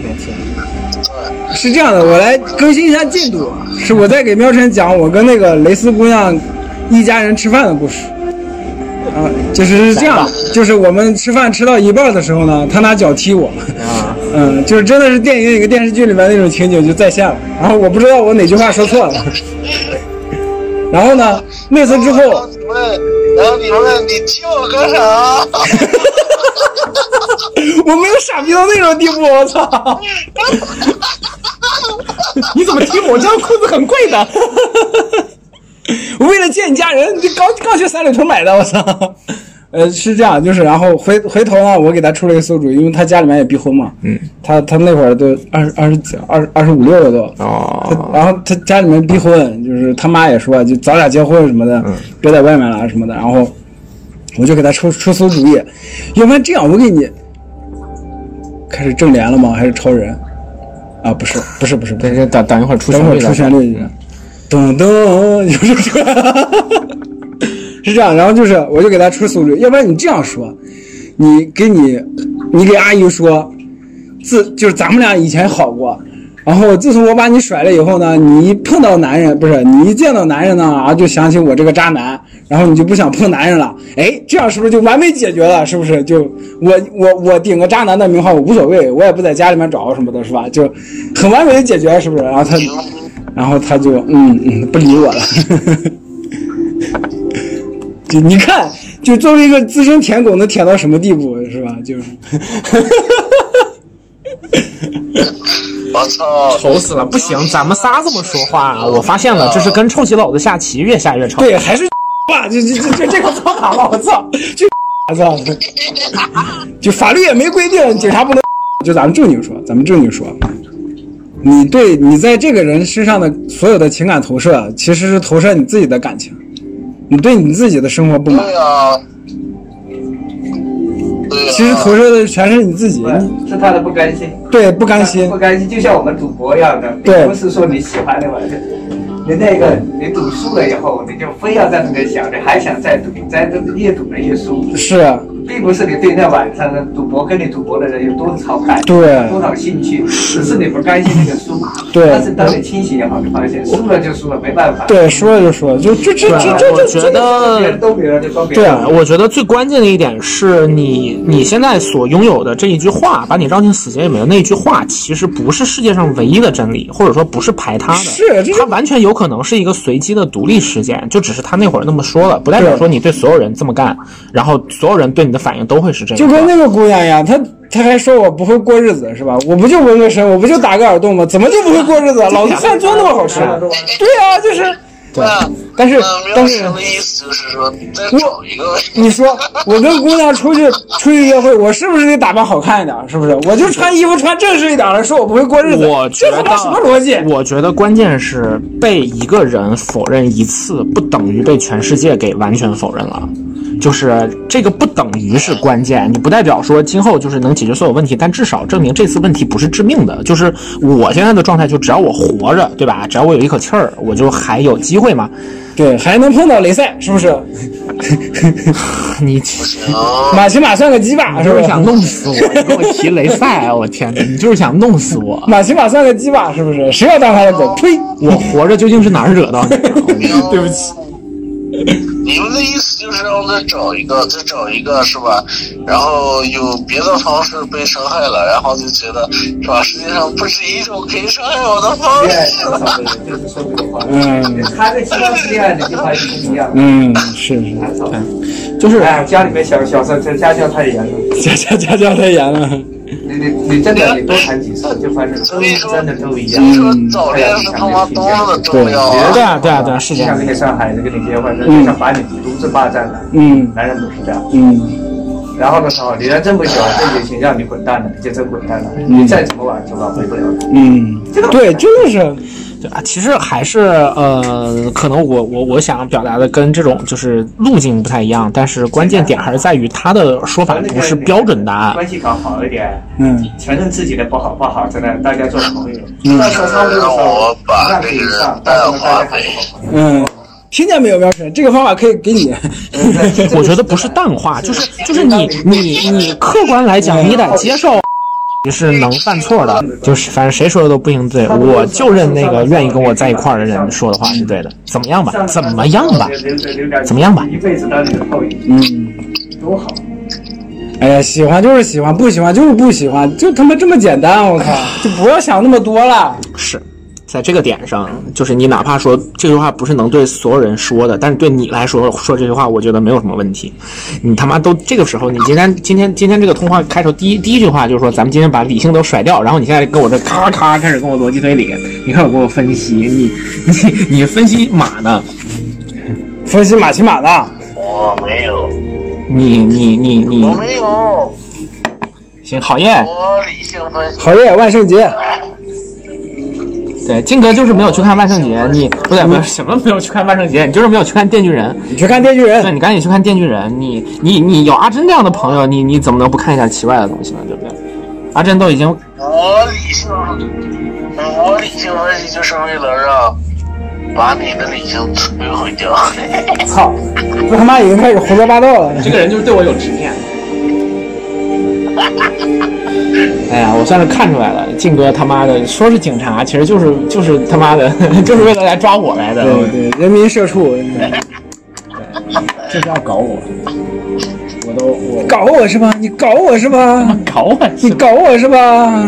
免提。呃是这样的，我来更新一下进度，啊是我在给喵晨讲我跟那个蕾丝姑娘一家人吃饭的故事。啊，就是是这样的，就是我们吃饭吃到一半的时候呢，他拿脚踢我。啊， 嗯，就是真的是电影里跟电视剧里面那种情景就再现了。然后我不知道我哪句话说错了。 然后呢，那次之然后后，你哎问，然后你问你踢我干啥？我没有傻逼到那种地步，我操！你怎么踢我？这条裤子很贵的。我 为了见你家人，这刚刚学三里屯买的，我操！呃，是这样，就是然后回回头呢，我给他出了一个馊主意，因为他家里面也逼婚嘛，嗯，他他那会儿都二十二十几二二十五六了都，哦他，然后他家里面逼婚，就是他妈也说就早点结婚什么的，别在外面了什么的。然后我就给他出出馊主意，要不然这样，我给你开始正联了吗？还是超人？啊，不是，不是，不是，不等是，等等等一会儿出等旋会律儿的出旋嗯律，噔噔，就是这样， 是这样。然后就是，我就给他出馊主意，要不然你这样说，你给你，你给阿姨说，自就是咱们俩以前好过，然后自从我把你甩了以后呢，你一碰到男人不是你一见到男人呢，然后就想起我这个渣男，然后你就不想碰男人了。哎，这样是不是就完美解决了？是不是就我我我顶个渣男的名号无所谓，我也不在家里面找什么的，是吧？就很完美的解决，是不是？然后他，然后他就嗯嗯不理我了。 就你看，就作为一个资深舔狗，能舔到什么地步，是吧？就是。我操！愁死了！不行，咱们仨这么说话啊！我发现了，这是跟臭棋篓子下棋越下越吵。对，还是吧，就就就就这个错卡了，我操，就我操，就法律也没规定警察不能，就咱们正经说，咱们正经说，你对你在这个人身上的所有的情感投射，其实是投射你自己的感情，你对你自己的生活不满对，啊，对啊。其实投射的全是你自己，对你是他的不甘心，对不甘心不，甘心，就像我们赌博一样的，对你不是说你喜欢的玩意儿，你那个你赌输了以后，你就非要在那边想，你还想再赌，再越赌的越输，是啊，并不是你对那晚上的赌博跟你赌博的人有多少感情对多少兴趣，只是你不甘心那个输。对但是当你清醒以后，你发现输了就输了，没办法。对，说了就说了，就这这这这我这觉这得别人都别人就帮别对人。啊，我觉得最关键的一点是你你现在所拥有的这一句话，把你绕进死结里面的那一句话，其实不是世界上唯一的真理，或者说不是排他的，是这就它完全有可能是一个随机的独立事件，就只是他那会儿那么说了，不代表对说你对所有人这么干，然后所有人对你的反应都会是这样。就跟那个姑娘呀，她她还说我不会过日子是吧？我不就纹个身，我不就打个耳洞吗？怎么就不会过日子啊？老子饭做那么好吃，对啊，就是。对那但是那但喵是生的意思就是说，你再找一个。你说我跟姑娘出去出去约会，我是不是得打扮好看一点？是不是？我就穿衣服穿正式一点了，说我不会过日子，我觉这他得妈什么逻辑？我觉得关键是被一个人否认一次，不等于被全世界给完全否认了。就是这个不等于是关键，你不代表说今后就是能解决所有问题，但至少证明这次问题不是致命的。就是我现在的状态，就只要我活着，对吧？只要我有一口气儿，我就还有机会嘛。对，还能碰到雷赛，是不是？你马奇马算个鸡巴，是就不是是？想弄死我， 你跟我提雷赛，我天哪，你就是想弄死我。马奇马算个鸡巴，是不是？谁要当他的狗？呸！我活着究竟是哪儿惹到你了？ 对不起。你们的意思就是让我再找一个，再找一个是吧？然后有别的方式被伤害了，然后就觉得是吧？世界上不止一种可以伤害我的方恋爱式至少了。的人就是说这个话，嗯他跟其他恋爱的就发现不一样。嗯，是是，难受就是 哎，家里面小小三在家教太严了，家家家教太严了。你你你真的你多谈几次，就发现所都以说真的都一所样。以嗯说早嗯恋是哎他妈多么的重要啊！对啊，对啊，对啊，是就这样像。那个上海的跟你结婚，就想把你独自霸占了。嗯男人不是这样。嗯，然后的时候，女人真不喜欢，这就行，让你滚蛋了，你就真滚蛋了。你再怎么挽是吧，回不了了。嗯， 对，真的是，对啊，其实还是呃，可能我我我想表达的跟这种就是路径不太一样，但是关键点还是在于他的说法不是标准答案。关系搞好一点，啊嗯，承认自己的不好不好，真的大家做朋友。那受伤的时让候我，把那这可个以上人，但淡是大化家还为是好朋友。嗯，听见没有，喵晨？这个方法可以给你。我觉得不是淡化，就是就是你你你客观来讲，你得接受。你是能犯错的，就是反正谁说的都不一定对，我就认那个愿意跟我在一块儿的人说的话是对的。怎么样吧？上怎么样吧？怎么样吧一辈子当你的后裔，嗯，多好。哎呀，喜欢就是喜欢，不喜欢就是不喜欢，就他妈这么简单， 我靠，就不要想那么多了。是在这个点上，就是你哪怕说这句话不是能对所有人说的，但是对你来说说这句话，我觉得没有什么问题。你他妈都这个时候，你今天今天今天这个通话开头第一第一句话就是说，咱们今天把理性都甩掉，然后你现在跟我这咔咔开始跟我逻辑推理，你开始跟我分析，你你你分析马呢？分析马奇马的，我没有，你你你你我没有，行，讨厌。我理性分析。好耶，万圣节，对，金哥就是没有去看万圣节，你不对不对，什么没有去看万圣节，你就是没有去看电锯人。你去看电锯对人，你赶紧去看《电锯人》你，你你有阿珍这样的朋友，你你怎么能不看一点奇怪的东西呢？对不对？阿珍都已经我理性，我理性分析就是为了让把你的理性摧毁掉。操，这他妈已经开始胡说八道了。这个人就是对我有执念。哎呀，我算是看出来了，靖哥他妈的说是警察，其实就是就是他妈的， 就是为了来抓我来的。对对，人民社畜，就是要搞我，我都我搞我是吧？你搞我是吧？搞我！你搞我是吧？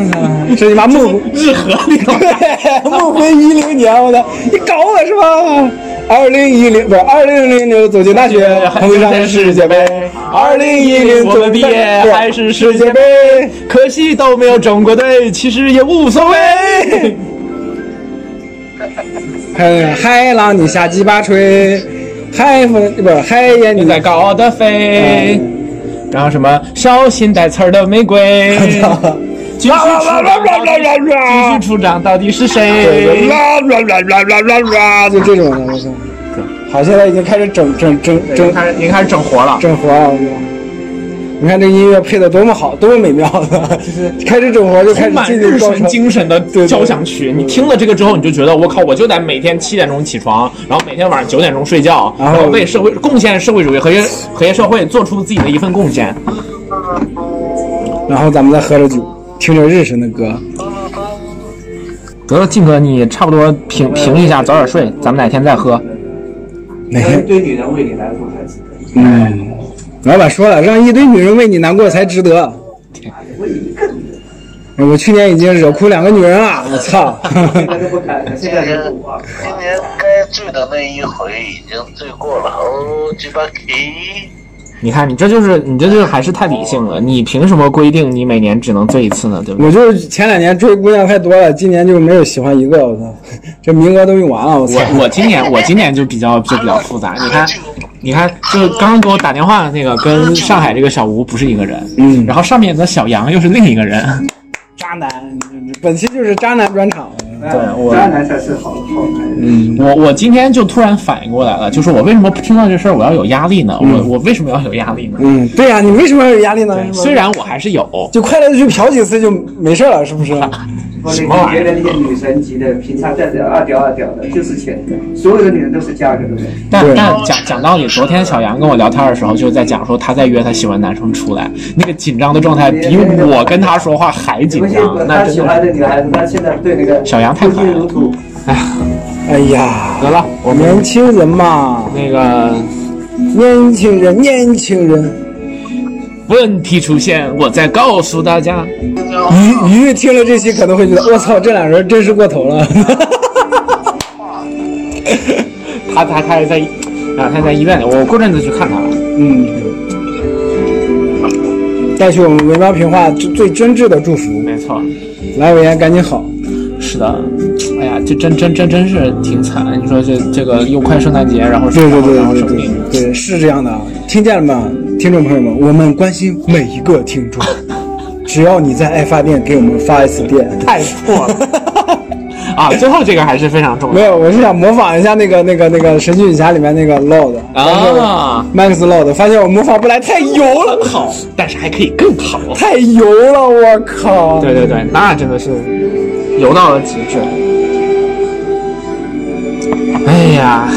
这你妈木日和那种。对，梦回一零年，我操，你搞我是吧？二零一零不是二零零零走进大学，碰上世界杯。二零一零我们毕业还是世界杯，可惜都没有中国队，其实也无所谓。嗯，海浪你下鸡巴吹，海风不是海燕你你在高的飞，然后什么小心带刺儿的玫 瑰。继续出啦啦啦啦啦啦继啦续出场到底是谁？啦啦啦啦啦啦啦，就这种的，我操！好，现在已经开始整整整已经整开始已经开始整活了。整活了，我操！你看这音乐配的多么好，多么美妙的，开始整活就开充始满进日入高神潮。精神的对交响曲。你听了这个之后，你就觉得我靠，我就得每天七点钟起床，然后每天晚上九点钟睡觉，然后然后为社会贡献社会主义和谐和谐社会做出自己的一份贡献。然后咱们再喝着酒，听着日神的歌。得了，静哥，你差不多平平一下，早点睡，咱们哪天再喝。哪让天一堆女人为你难过才值得。嗯，老板说了，让一堆女人为你难过才值得。我去年已经惹哭两个女人了，我操！现在都不敢了，现在都不玩了。今年该醉的那一回已经醉过了，哦，鸡巴 K。你看，你这就是你这就是还是太理性了。你凭什么规定你每年只能醉一次呢？对不对？我就是前两年追姑娘太多了，今年就没有喜欢一个，我操，这名额都用完了，我操！我我今年我今年就比 较就比较复杂。你看，你看，就是刚刚给我打电话那个跟上海这个小吴不是一个人，嗯，然后上面的小杨又是另一个人。渣男，本期就是渣男专场。对我渣男才是好好男人。我我今天就突然反应过来了，就是我为什么听到这事儿我要有压力呢？我我为什么要有压力呢？嗯，对呀、你为什么要有压力呢？是吧虽然我还是有，就快乐的去嫖几次就没事了，是不是？我你觉得那些女神级的，平常在这二屌二屌的，就是钱的，所有的女人都是价格的问题。但对但讲讲道理，昨天小杨跟我聊天的时候，就是在讲说他在约他喜欢男生出来，那个紧张的状态比我跟他说话还紧我现张，在啊那他真喜的欢的女孩子，她现在对那个小杨太挥狠金了如土。哎呀，得了，我年们轻人嘛，那个年轻人，年轻人。问题出现，我再告诉大家，鱼鱼听了这期可能会觉得，我操，这俩人真是过头了。他他他也在啊，他在医院里，我过阵子去看他了。嗯，带去我们文章评话最最真挚的祝福。没错，来，委员赶紧好。是的，哎呀，这真真真真是挺惨。你说这这个又快圣诞节，然后对对对然后对生对病，对对，是这样的，啊！听见了吗，听众朋友们，我们关心每一个听众，只要你在爱发电给我们发一次电，太错了啊！最后这个还是非常重没要有，我是想模仿一下那个那个那个神奇女侠里面那个 Lord 啊， Max Lord，发现我模仿不来，太油了，好，但是还可以更好。太油了，我靠！对对对，那真的是游到了极致。哎呀，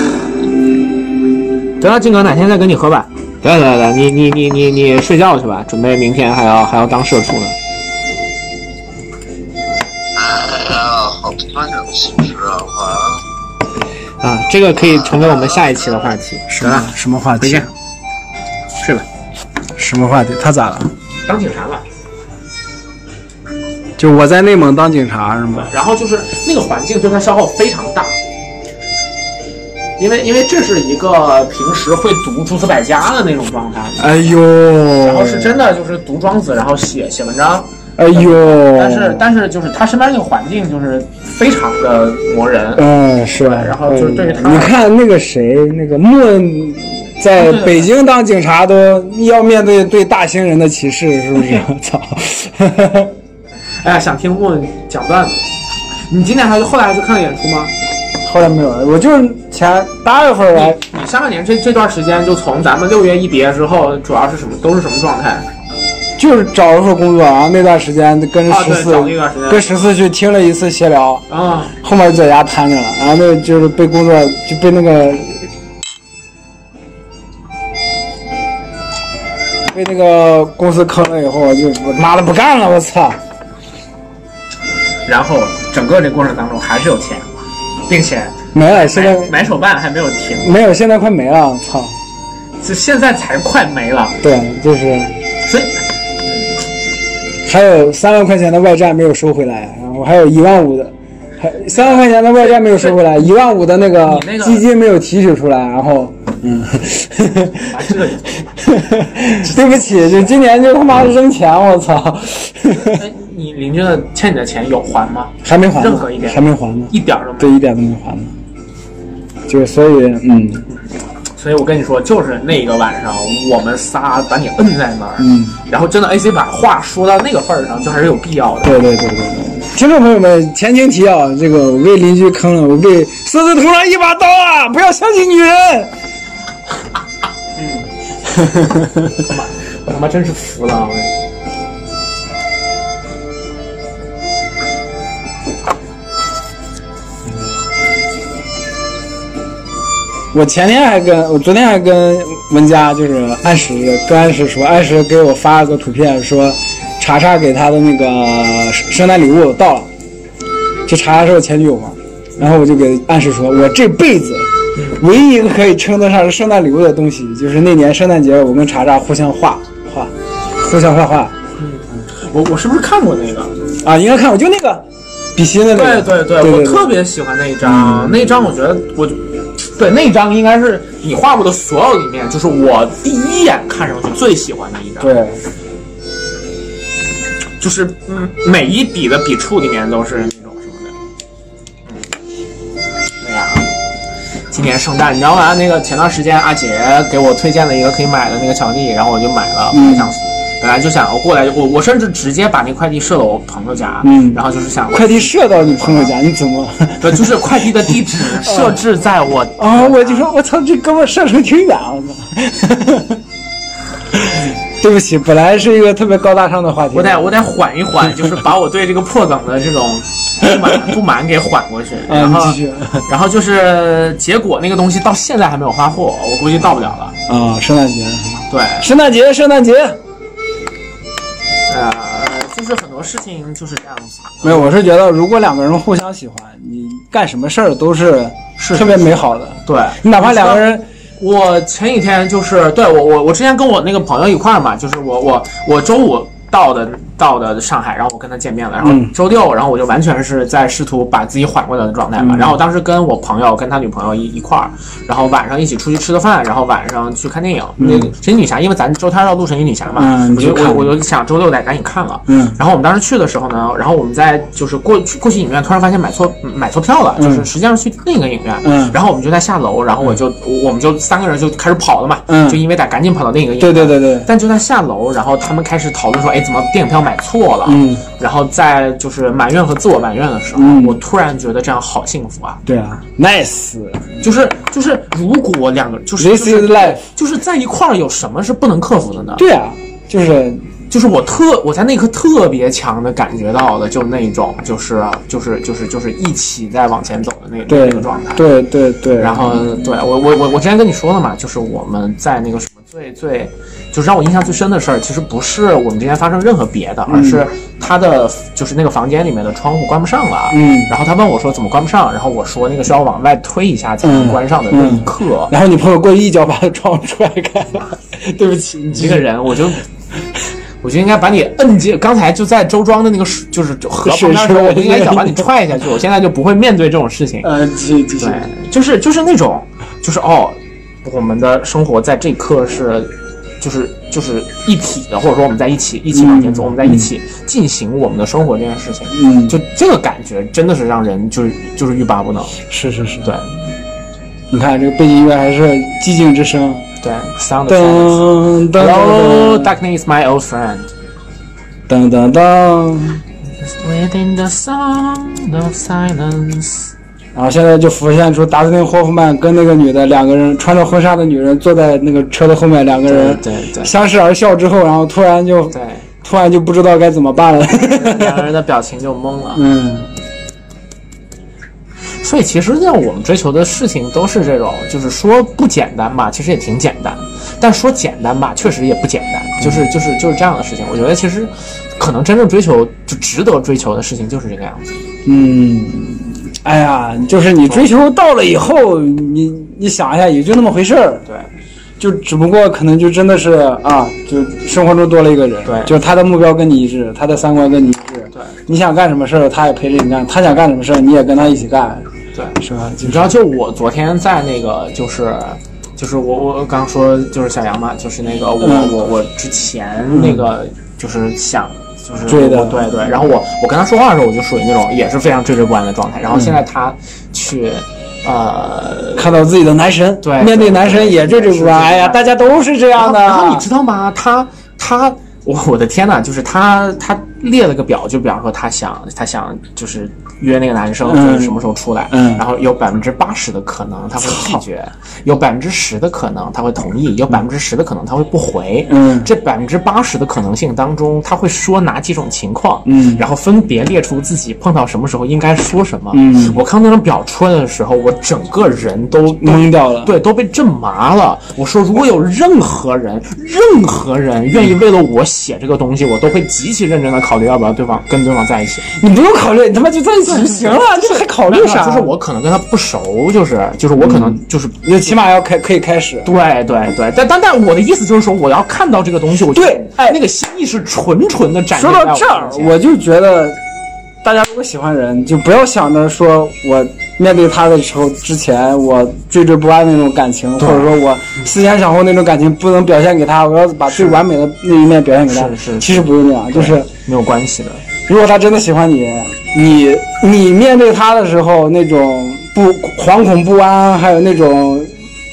得了，金哥，哪天再跟你喝吧。得了得了得了，你你你你你睡觉去吧，准备明天还要还要当社畜呢。哎呀，好多想辞职啊！完了，啊，这个可以成为我们下一期的话题。什么啊什么话回题见？，睡吧。什么话题？他咋了？当警察吧。就我在内蒙当警察是吗？然后就是那个环境对他消耗非常大，因为因为这是一个平时会读《诸子百家》的那种状态，哎呦，然后是真的就是读庄子，然后写写文章，哎呦，但是但是就是他身边那个环境就是非常的磨人，嗯，是。然后就是对于他嗯你看那个谁，那个莫恩在北京当警察都要面对对大兴人的歧视，是不 是？操！哎呀，想听莫文讲段子。你今年还后来还去看了演出吗？后来没有了，我就是前八月份来，你上半年这这段时间就从咱们六月一别之后，主要是什么都是什么状态？就是找了份工作，然后那段时间跟啊，十对，四、找那段时间跟十四去听了一次闲聊，啊，后面就在家瘫着了，然后那就是被工作就被那个被那个公司坑了以后，就我妈的不干了，我操！然后整个这过程当中还是有钱，并且没了，现在买买手办还没有停，没有，现在快没了，操！就现在才快没了，对，就是所以还有三万块钱的外债没有收回来，然后还有一万五的，还三万块钱的外债没有收回来，一万五的那个你那个基金没有提取出来，然后， 嗯，啊这个 对不起，就今年就他妈扔钱，我操， 哎，你邻居的欠你的钱有还吗？还没还任呢何一，点还没还呢，一点儿都没有。对，一点都没还呢，就是所以，嗯所以我跟你说，就是那个晚上，我们仨把你摁在那儿，嗯。然后真的 AC 把话说到那个份儿上，就还是有必要的。对对对对对，听众朋友们，前情提要，这个我被邻居坑了，我被狮子头上一把刀啊！不要相信女人。我他妈真是服了啊。我前天还跟我昨天还跟文佳就是按时跟按时说，按时给我发了个图片说，查查给他的那个圣圣诞礼物到了，这查查是我前女友嘛，然后我就给按时说，我这辈子唯一一个可以称得上是圣诞礼物的东西，就是那年圣诞节我跟查查互相画画，互相画画我我是不是看过那个？啊，应该看我就那个比心的那个，对对对，对嗯我特别喜欢那一张，那一张我觉得我，对那一张应该是你画过的所有里面，就是我第一眼看上去最喜欢的一张，对就是嗯每一笔的笔触里面都是那种什么的，嗯，哎呀，今年圣诞，你知道吗？那个前段时间阿杰给我推荐了一个可以买的那个巧克力，然后我就买了，我嗯想。本来就想我过来，我我甚至直接把那快递设到我朋友家，嗯然后就是想快递射到你朋友家，你怎么？不就是快递的地 址设置在我啊、哦我就说我操，这哥们儿射程挺远，我操！ 对不起，本来是一个特别高大上的话题，我得我得缓一缓，就是把我对这个破梗的这种不满不满给缓 过去。啊，然你后继续然后就是结果那个东西到现在还没有发货，我估计到不了了。啊，圣诞节，对，圣诞节，圣诞节，呃，就是很多事情就是这样子。没有，我是觉得如果两个人互相喜欢，你干什么事儿都是是特别美好的，对，你哪怕两个人我前几天就是对我我我之前跟我那个朋友一块儿嘛，就是我我我周五到的到的上海，然后我跟他见面了，然后嗯周六，然后我就完全是在试图把自己缓过来的状态嗯嘛。然后我当时跟我朋友跟他女朋友一一块儿，然后晚上一起出去吃个饭，然后晚上去看电影。那个神奇女侠，因为咱周天要录神奇女侠嘛，嗯我就你去看我我就想周六得赶紧看了。嗯然后我们当时去的时候呢，然后我们在就是过去过去影院，突然发现买错买错票了，就是实际上是去另一个影院。嗯然后我们就在下楼，然后我就我我们就三个人就开始跑了嘛，嗯就因为得赶紧跑到另一个影院。对对对对，但就在下楼，然后他们开始讨论说，哎，怎么电影票买错了？嗯，然后在就是埋怨和自我埋怨的时候，嗯我突然觉得这样好幸福啊！对啊，nice，就是就是，如果两个就是就 This 是 is life 就是在一块儿，有什么是不能克服的呢？对啊，就是就是我特我在那一刻特别强的感觉到了，就那种就是就是就是就是一起在往前走的那对那个状态。对对对，然后对我我我我之前跟你说了嘛，就是我们在那个什么最最，就是让我印象最深的事儿，其实不是我们之间发生任何别的，嗯而是他的就是那个房间里面的窗户关不上了。嗯然后他问我说怎么关不上，然后我说那个需要往外推一下才能嗯关上的那一嗯刻，然后你朋友过去一脚把窗户踹开了， 对不起，你你这个 人，我就。我就应该把你摁进，刚才就在周庄的那个水就是河旁边的时候，是是我就应该想把你踹下去。我现在就不会面对这种事情。呃，继继续对，就是就是那种，就是哦，我们的生活在这一刻是，就是就是一体的，或者说我们在一起一起往前走，我们在一起进行我们的生活这件事情，嗯，就这个感觉真的是让人就是就是欲罢不能。是是是，对你看这个背景音乐还是寂静之声，对，sound of silence。噔噔 Hello, 噔 darkness, my old friend. 噔噔噔， Within the sound of silence. 然后现在就浮现出达斯汀霍夫曼跟那个女的两个人穿着婚纱的女人坐在那个车的后面，两个对人对对相视而笑之后，然后突然就对，突然就不知道该怎么办了，两个人的表情就懵了。嗯， 所以其实像我们追求的事情都是这种，就是说不简单吧，其实也挺简单，但说简单吧，确实也不简单，就是就是就是这样的事情。我觉得其实可能真正追求就值得追求的事情就是这个样子。嗯，哎呀，就是你追求到了以后，你你想一下，也就那么回事儿，对就只不过可能就真的是啊，就生活中多了一个人，对就是他的目标跟你一致，他的三观跟你一致，对你想干什么事儿，他也陪着你干；他想干什么事儿，你也跟他一起干，对，是吧？就你知道，就我昨天在那个就是。就是我我刚说就是小杨嘛，就是那个我、嗯我我之前那个就是想就是追的我对对，然后我我跟他说话的时候，我就属于那种也是非常惴惴不安的状态。然后现在他去、呃看到自己的男神，对面对对男神也惴惴是不安。哎呀，是大家都是这样的。然后然后你知道吗？他他，我我的天呐，就是他他列了个表，就比方说他想他想就是约那个男生，嗯就是什么时候出来，嗯然后有百分之八十的可能他会拒绝，有百分之十的可能他会同意，有百分之十的可能他会不回，嗯这百分之八十的可能性当中，他会说哪几种情况，嗯然后分别列出自己碰到什么时候应该说什么，嗯我看到那张表出来的时候，我整个人都都懵掉 了对，都被震麻了。我说，如果有任何人，任何人愿意为了我写这个东西，我都会极其认真的考虑要不要对方跟对方在一起。你不用考虑，你他妈就在一起就行 了，这还考虑啥？嗯就是我可能跟他不熟，就是就是我可能就是、你起码要开可以开始。对对对，但但但我的意思就是说，我要看到这个东西，我就对哎那个心意是纯纯的展现 说在到这儿我，面前我就觉得，大家如果喜欢人，就不要想着说我面对他的时候之前我惴惴不安那种感情，或者说我思前想后那种感情不能表现给他，我要把最完美的那一面表现给他。是是是其实不用这样，就是没有关系的，如果他真的喜欢你，你你面对他的时候那种不惶恐不安，还有那种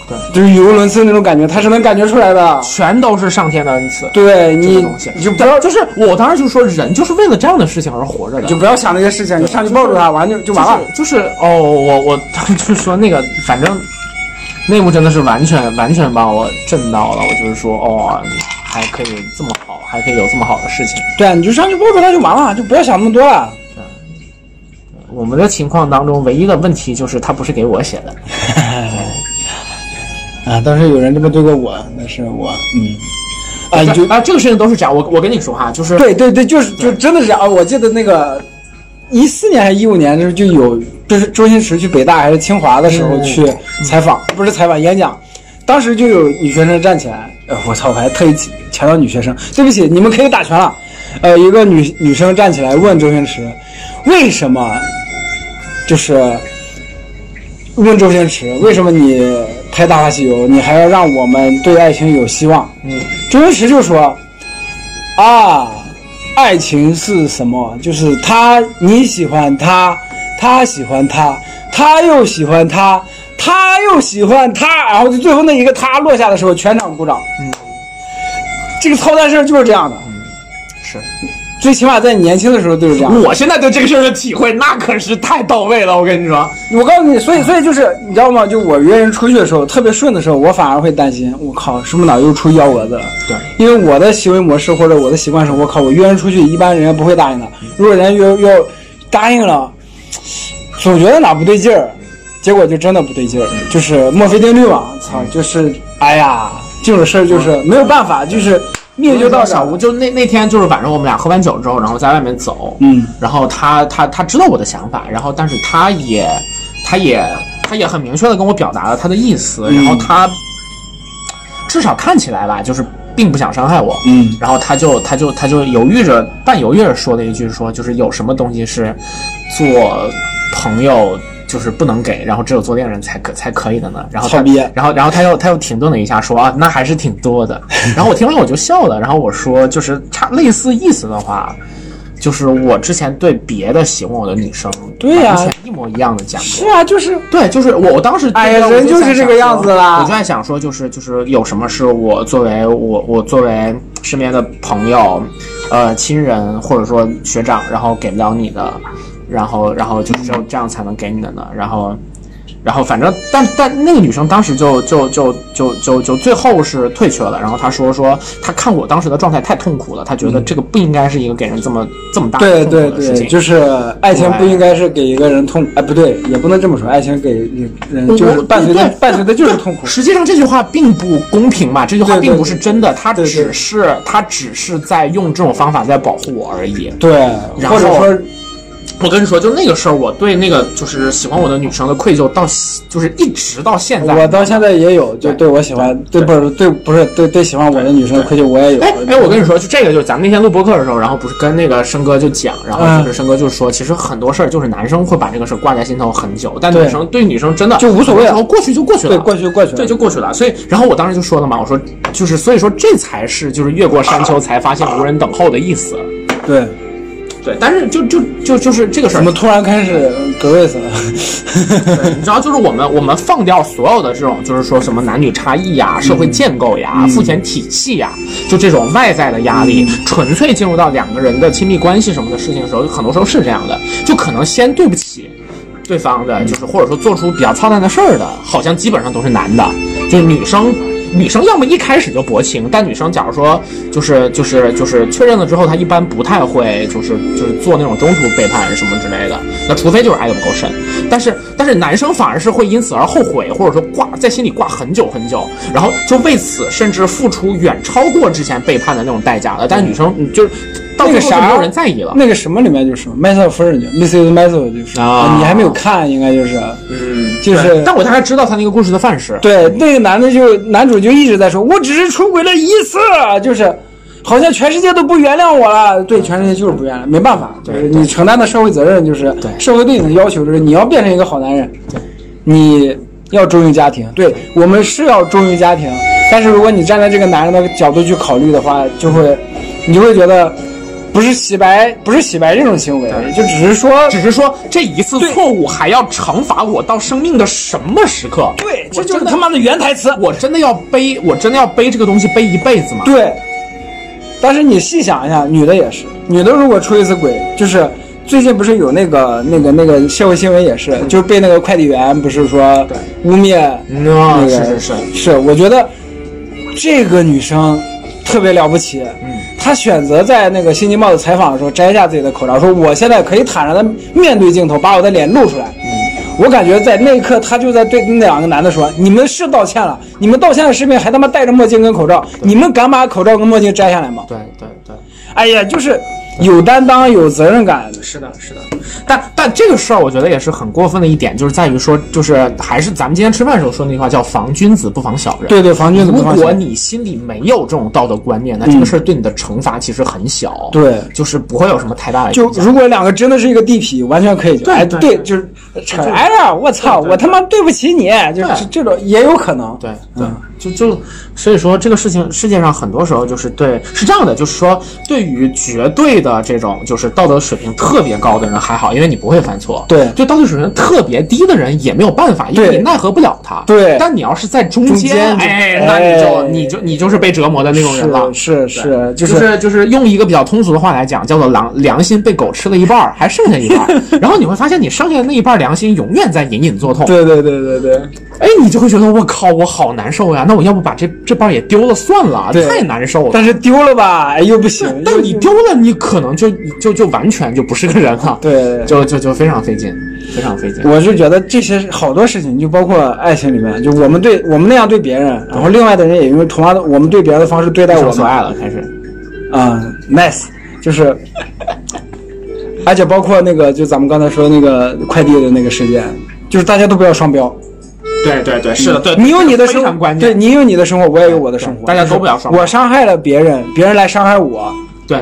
对就是语无伦次那种感觉，他是能感觉出来的。全都是上天的恩赐。对这个你东西，你就不要就是我当时就说，人就是为了这样的事情而活着的，你就不要想那些事情，你上去抱住他，完就就完了。就是就是哦，我我 当时就说那个，反正那部真的是完全完全把我震到了。我就是说，哦，还可以这么好，还可以有这么好的事情。对啊，你就上去抱住他就完了，就不要想那么多了。我们的情况当中，唯一的问题就是他不是给我写的，啊，当时有人这么对过我，那是我，嗯，啊，你就啊，这个事情都是这样。我我跟你说哈，就是对对对，就是就真的是这样。啊我记得那个一四年还是一五年的时候，就有就是周星驰去北大还是清华的时嗯候去采访，不是采访演讲，当时就有女学生站起来，呃，我操，我还特意强调女学生，对不起，你们可以打拳了。呃，一个女女生站起来问周星驰，为什么就是问周星驰，为什么你拍《大话西游》，你还要让我们对爱情有希望？嗯，周星驰就说：“啊，爱情是什么？就是他你喜欢他，他喜欢他，他又喜欢他，他又喜欢他，然后就最后那一个他落下的时候，全场鼓掌。嗯，这个操蛋事儿就是这样的。是最起码在你年轻的时候就是这样的。我现在对这个事儿的体会，那可是太到位了。我跟你说，我告诉你，所以所以就是你知道吗？就我约人出去的时候，特别顺的时候，我反而会担心，我靠，是不是哪儿又出幺蛾子了？对，因为我的行为模式或者我的习惯是，我靠，我约人出去，一般人家不会答应的。如果人家约约答应了，总觉得哪不对劲儿，结果就真的不对劲儿，就是墨菲定律嘛，操，就是哎呀，这种事儿就是没有办法，就是命就到这小儿。吴就那那天就是晚上我们俩喝完酒之后，然后在外面走，嗯，然后他他他知道我的想法，然后但是他也他也他也很明确的跟我表达了他的意思，然后他至少看起来吧，就是并不想伤害我，嗯，然后他就他就他就犹豫着半犹豫着说了一句说就是有什么东西是做朋友。就是不能给，然后只有做恋人才可才可以的呢。然后他操逼然后然后他又他又停顿了一下，说啊，那还是挺多的。然后我听完我就笑了，然后我说就是差类似意思的话，就是我之前对别的喜欢我的女生，对呀完全一模一样的讲过。是啊，就是对，就是我，我当时哎呀对人我就是在这想个说样子啦我就在想说，就是就是有什么是我作为我我作为身边的朋友，呃，亲人或者说学长，然后给不了你的，然后然后就是只有这样才能给你的呢，然后。然后反正，但但那个女生当时就就就就就就最后是退却了。然后她说说，她看我当时的状态太痛苦了，她觉得这个不应该是一个给人这么这么大的对痛苦嗯对的事对，情。就是爱情不应该是给一个人痛，哎，不对，也不能这么说，爱情给人就是伴随对的对伴随的就是痛苦。实际上这句话并不公平嘛，这句话对对并不是真的，他对对只是他只是在用这种方法在保护我而已。 对，然后或者说，我跟你说，就那个事儿，我对那个就是喜欢我的女生的愧疚到就是一直到现在。我到现在也有，就对对我喜欢，对不是对不是对对喜欢我的女生的愧疚，我也有。哎哎，我跟你说，就这个，就是咱们那天录播客的时候，然后不是跟那个生哥就讲，然后就是生哥就说，其实很多事儿就是男生会把这个事儿挂在心头很久，但对女生对女生真的就无所谓了然后过去就过去了，对，过去过去啊了，对，就过去了。所以，然后我当时就说了嘛，我说就是，所以说这才是就是越过山丘才发现无人等候的意思。对，对，但是就就就就是这个事儿怎么，突然开始格瑞斯了？啊对你知道，就是我们我们放掉所有的这种，就是说什么男女差异呀、社会建构呀、父权体系呀，就这种外在的压力，纯粹进入到两个人的亲密关系什么的事情的时候，很多时候是这样的，就可能先对不起。对方的，就是或者说做出比较操蛋的事儿的，好像基本上都是男的，就是女生。女生要么一开始就薄情，但女生假如说就是就是就是确认了之后，她一般不太会就是就是做那种中途背叛什么之类的，那除非就是爱的不够深。但是但是男生反而是会因此而后悔，或者说挂在心里挂很久很久，然后就为此甚至付出远超过之前背叛的那种代价的。但是女生嗯就是到那最个后就没有啥人在意了。 那个什么里面就是 Myself Fringe，Mrs. Myself 就是啊你还没有看，应该就是嗯，就是但我大概知道他那个故事的范式。对那个男的就男主就一直在说，我只是出轨了一次，啊就是好像全世界都不原谅我了。嗯对，全世界就是不原谅，没办法，就是你承担的社会责任就是对社会对你的要求就是你要变成一个好男人，你要忠于家庭。对我们是要忠于家庭，但是如果你站在这个男人的角度去考虑的话，就会你会觉得不是洗白，不是洗白这种行为，就只是说只是说这一次错误还要惩罚我到生命的什么时刻？对，我这就是真的他妈的原台词。我真的要背，我真的要背这个东西背一辈子吗？对，但是你细想一下，啊女的也是，女的如果出一次轨，就是最近不是有那个那个那个社会新闻也是，就是被那个快递员不是说污蔑那那个嗯啊是是是，是，我觉得这个女生特别了不起。嗯，她选择在那个《新京报》的采访的时候摘下自己的口罩，说我现在可以坦然的面对镜头，把我的脸露出来。我感觉在那一刻，她就在对那两个男的说：“你们是道歉了，你们道歉的视频还他妈戴着墨镜跟口罩，你们敢把口罩跟墨镜摘下来吗对对对，？”哎呀，就是有担当、有责任感。是的，是的。但但这个事儿，我觉得也是很过分的一点，就是在于说，就是还是咱们今天吃饭的时候说那句话，叫“防君子不防小人”。对对，防君子不如防小果人。嗯你心里没有这种道德观念，那这个事儿对你的惩罚其实很小，对就是不会有什么太大的就影响。如果两个真的是一个地痞，完全可以就对哎对对就是扯哎呀，我操，我他妈对不起你，就是对这种也有可能。对对，嗯就就所以说这个事情，世界上很多时候就是对是这样的，就是说对于绝对的这种就是道德水平特别高的人还好，因为你不会犯错。对对道德水平特别低的人也没有办法，因为对你奈何不了他。对但你要是在中间，中间就哎，那你就、哎你就你就是被折磨的那种人了。是是是，就就是是就是用一个比较通俗的话来讲，叫做良良心被狗吃了一半儿，还剩下一半 儿，然后你会发现你剩下的那一半儿良心永远在隐隐作痛。对对对对对，哎，你就会觉得我靠，我好难受呀！那我要不把这这包也丢了算了，啊对太难受了。但是丢了吧，哎又不行，又但你丢了，你可能就就就完全就不是个人了，对就就就非常费劲，非常费劲。我是觉得这些好多事情，就包括爱情里面，就我们对我们那样对别人，然后另外的人也用同样的我们对别人的方式对待爱我我们，所爱了，开始。嗯，nice，就是，而且包括那个，就咱们刚才说那个快递的那个事件，就是大家都不要双标，对对对，是的，对你有你的呃非生常活，关对键。你有你的生活，我也有我的生活，对大家都不要双标我伤害了别人，别人来伤害我，对，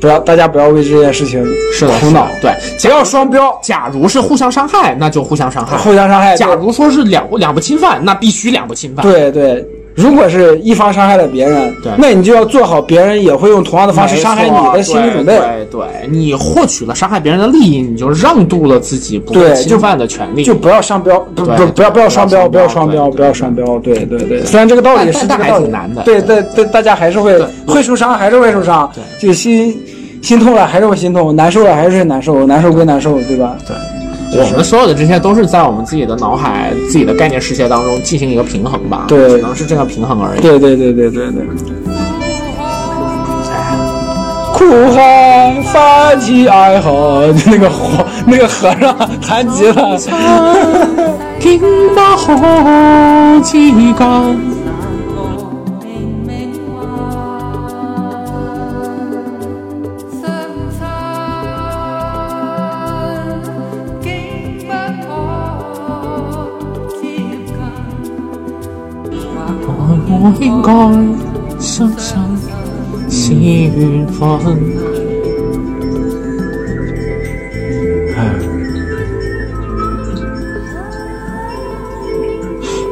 不要大家不要为这件事情是的，苦是的恼，对，不要双标，假如是互相伤害，那就互相伤害；互相伤害。假如说是两两不侵犯，那必须两不侵犯。对对，如果是一方伤害了别人对，那你就要做好别人也会用同样的方式伤害你的心理准备。对对对，你获取了伤害别人的利益，你就让渡了自己不对被就侵犯的权利。就不要商标，不对不不要不要商标，不不要要商商标标，对不要商标，对对对。虽然这个道理但是这但个还道挺理难的对对对对，大家还是会会受伤，还是会受伤，就心心痛了还是会心痛，难受了还是难受，难受归难受，对吧？我们所有的这些都是在我们自己的脑海、自己的概念世界当中进行一个平衡吧，对只能是这个平衡而已。对对对对对对。苦海泛起哀嚎，就那个和那个和尚弹吉他，听到后几干，我应该相信是缘分。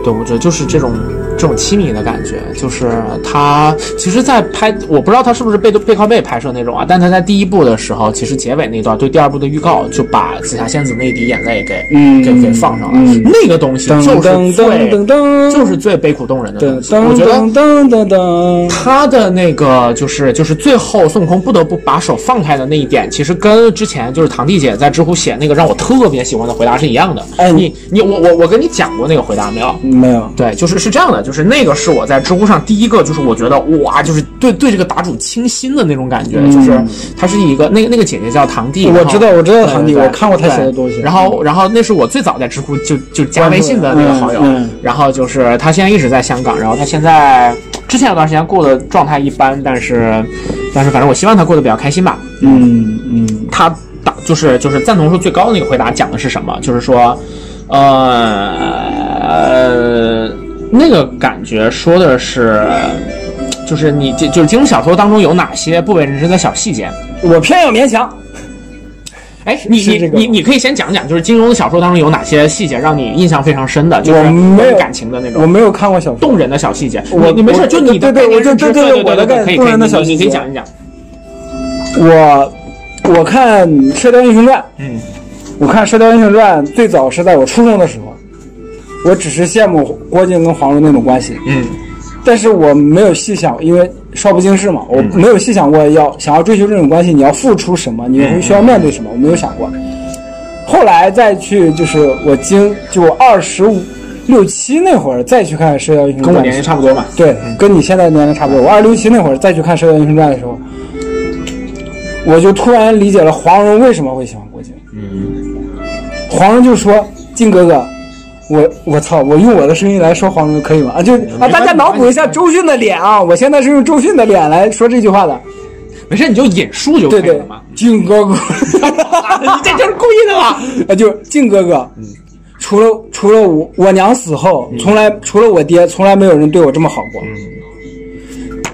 对，我觉得就是这种这种凄迷的感觉，就是他其实，在拍，我不知道他是不是背对背靠背拍摄那种啊，但他在第一部的时候，其实结尾那段对第二部的预告就把紫霞仙子那一滴眼泪给、嗯给给放上了，嗯那个东西噔就是最噔噔噔噔，就是最悲苦动人的噔东西。我噔觉得噔噔噔噔，他的那个就是就是最后孙悟空不得不把手放开的那一点，其实跟之前就是堂弟姐在知乎写那个让我特别喜欢的回答是一样的。哎你你我我我跟你讲过那个回答没有？没有，对，就是是这样的，就是那个是我在知乎上第一个，就是我觉得哇，就是对对这个答主倾心的那种感觉，就是她是一个那个那个姐姐叫堂弟，嗯我然后知道我知道对堂弟，对我看过他写的对东西，然后然后那是我最早在知乎就就加微信的那个好友，嗯嗯然后就是他现在一直在香港，然后他现在之前有段时间过得状态一般，但是但是反正我希望他过得比较开心吧。嗯嗯他打就是就是赞同数最高的那个回答讲的是什么？就是说，呃，那个感觉说的是，就是你就是金庸小说当中有哪些不为人知的小细节？我偏要勉强，哎，你是你这个吗你你可以先讲讲，就是金庸的小说当中有哪些细节让你印象非常深的，就是我没有有感情的那我种没有看过小说，动人的小细节。我你你没事，我就你的对对概念我就是直对对对对我的概可以动可以，人的小你你细可以节讲一讲。我我看《射雕英雄传》，嗯，我看《射雕英雄传》最早是在我初中的时候，我只是羡慕郭靖跟黄蓉那种关系，嗯但是我没有细想，因为少不经事嘛，嗯我没有细想过要想要追求这种关系，你要付出什么，你会嗯需要面对什么，我没有想过。后来再去就是我经就我二十五六七那会儿再去看《射雕英雄跟传》我的年时龄候，差不多嘛。对，跟你现在年龄差不多。我二六七那会儿再去看《射雕英雄传》的时候，我就突然理解了黄蓉为什么会喜欢郭靖。嗯黄蓉就说：“靖哥哥，我我操，我用我的声音来说黄蓉可以吗？啊，就啊，大家脑补一下周迅的脸啊，我现在是用周迅的脸来说这句话的。没事，你就引述就可对以对了嘛。，靖哥哥， 你这就是故意的吧？ 啊，就靖哥哥，除了除了我我娘死后，嗯从来除了我爹，从来没有人对我这么好过。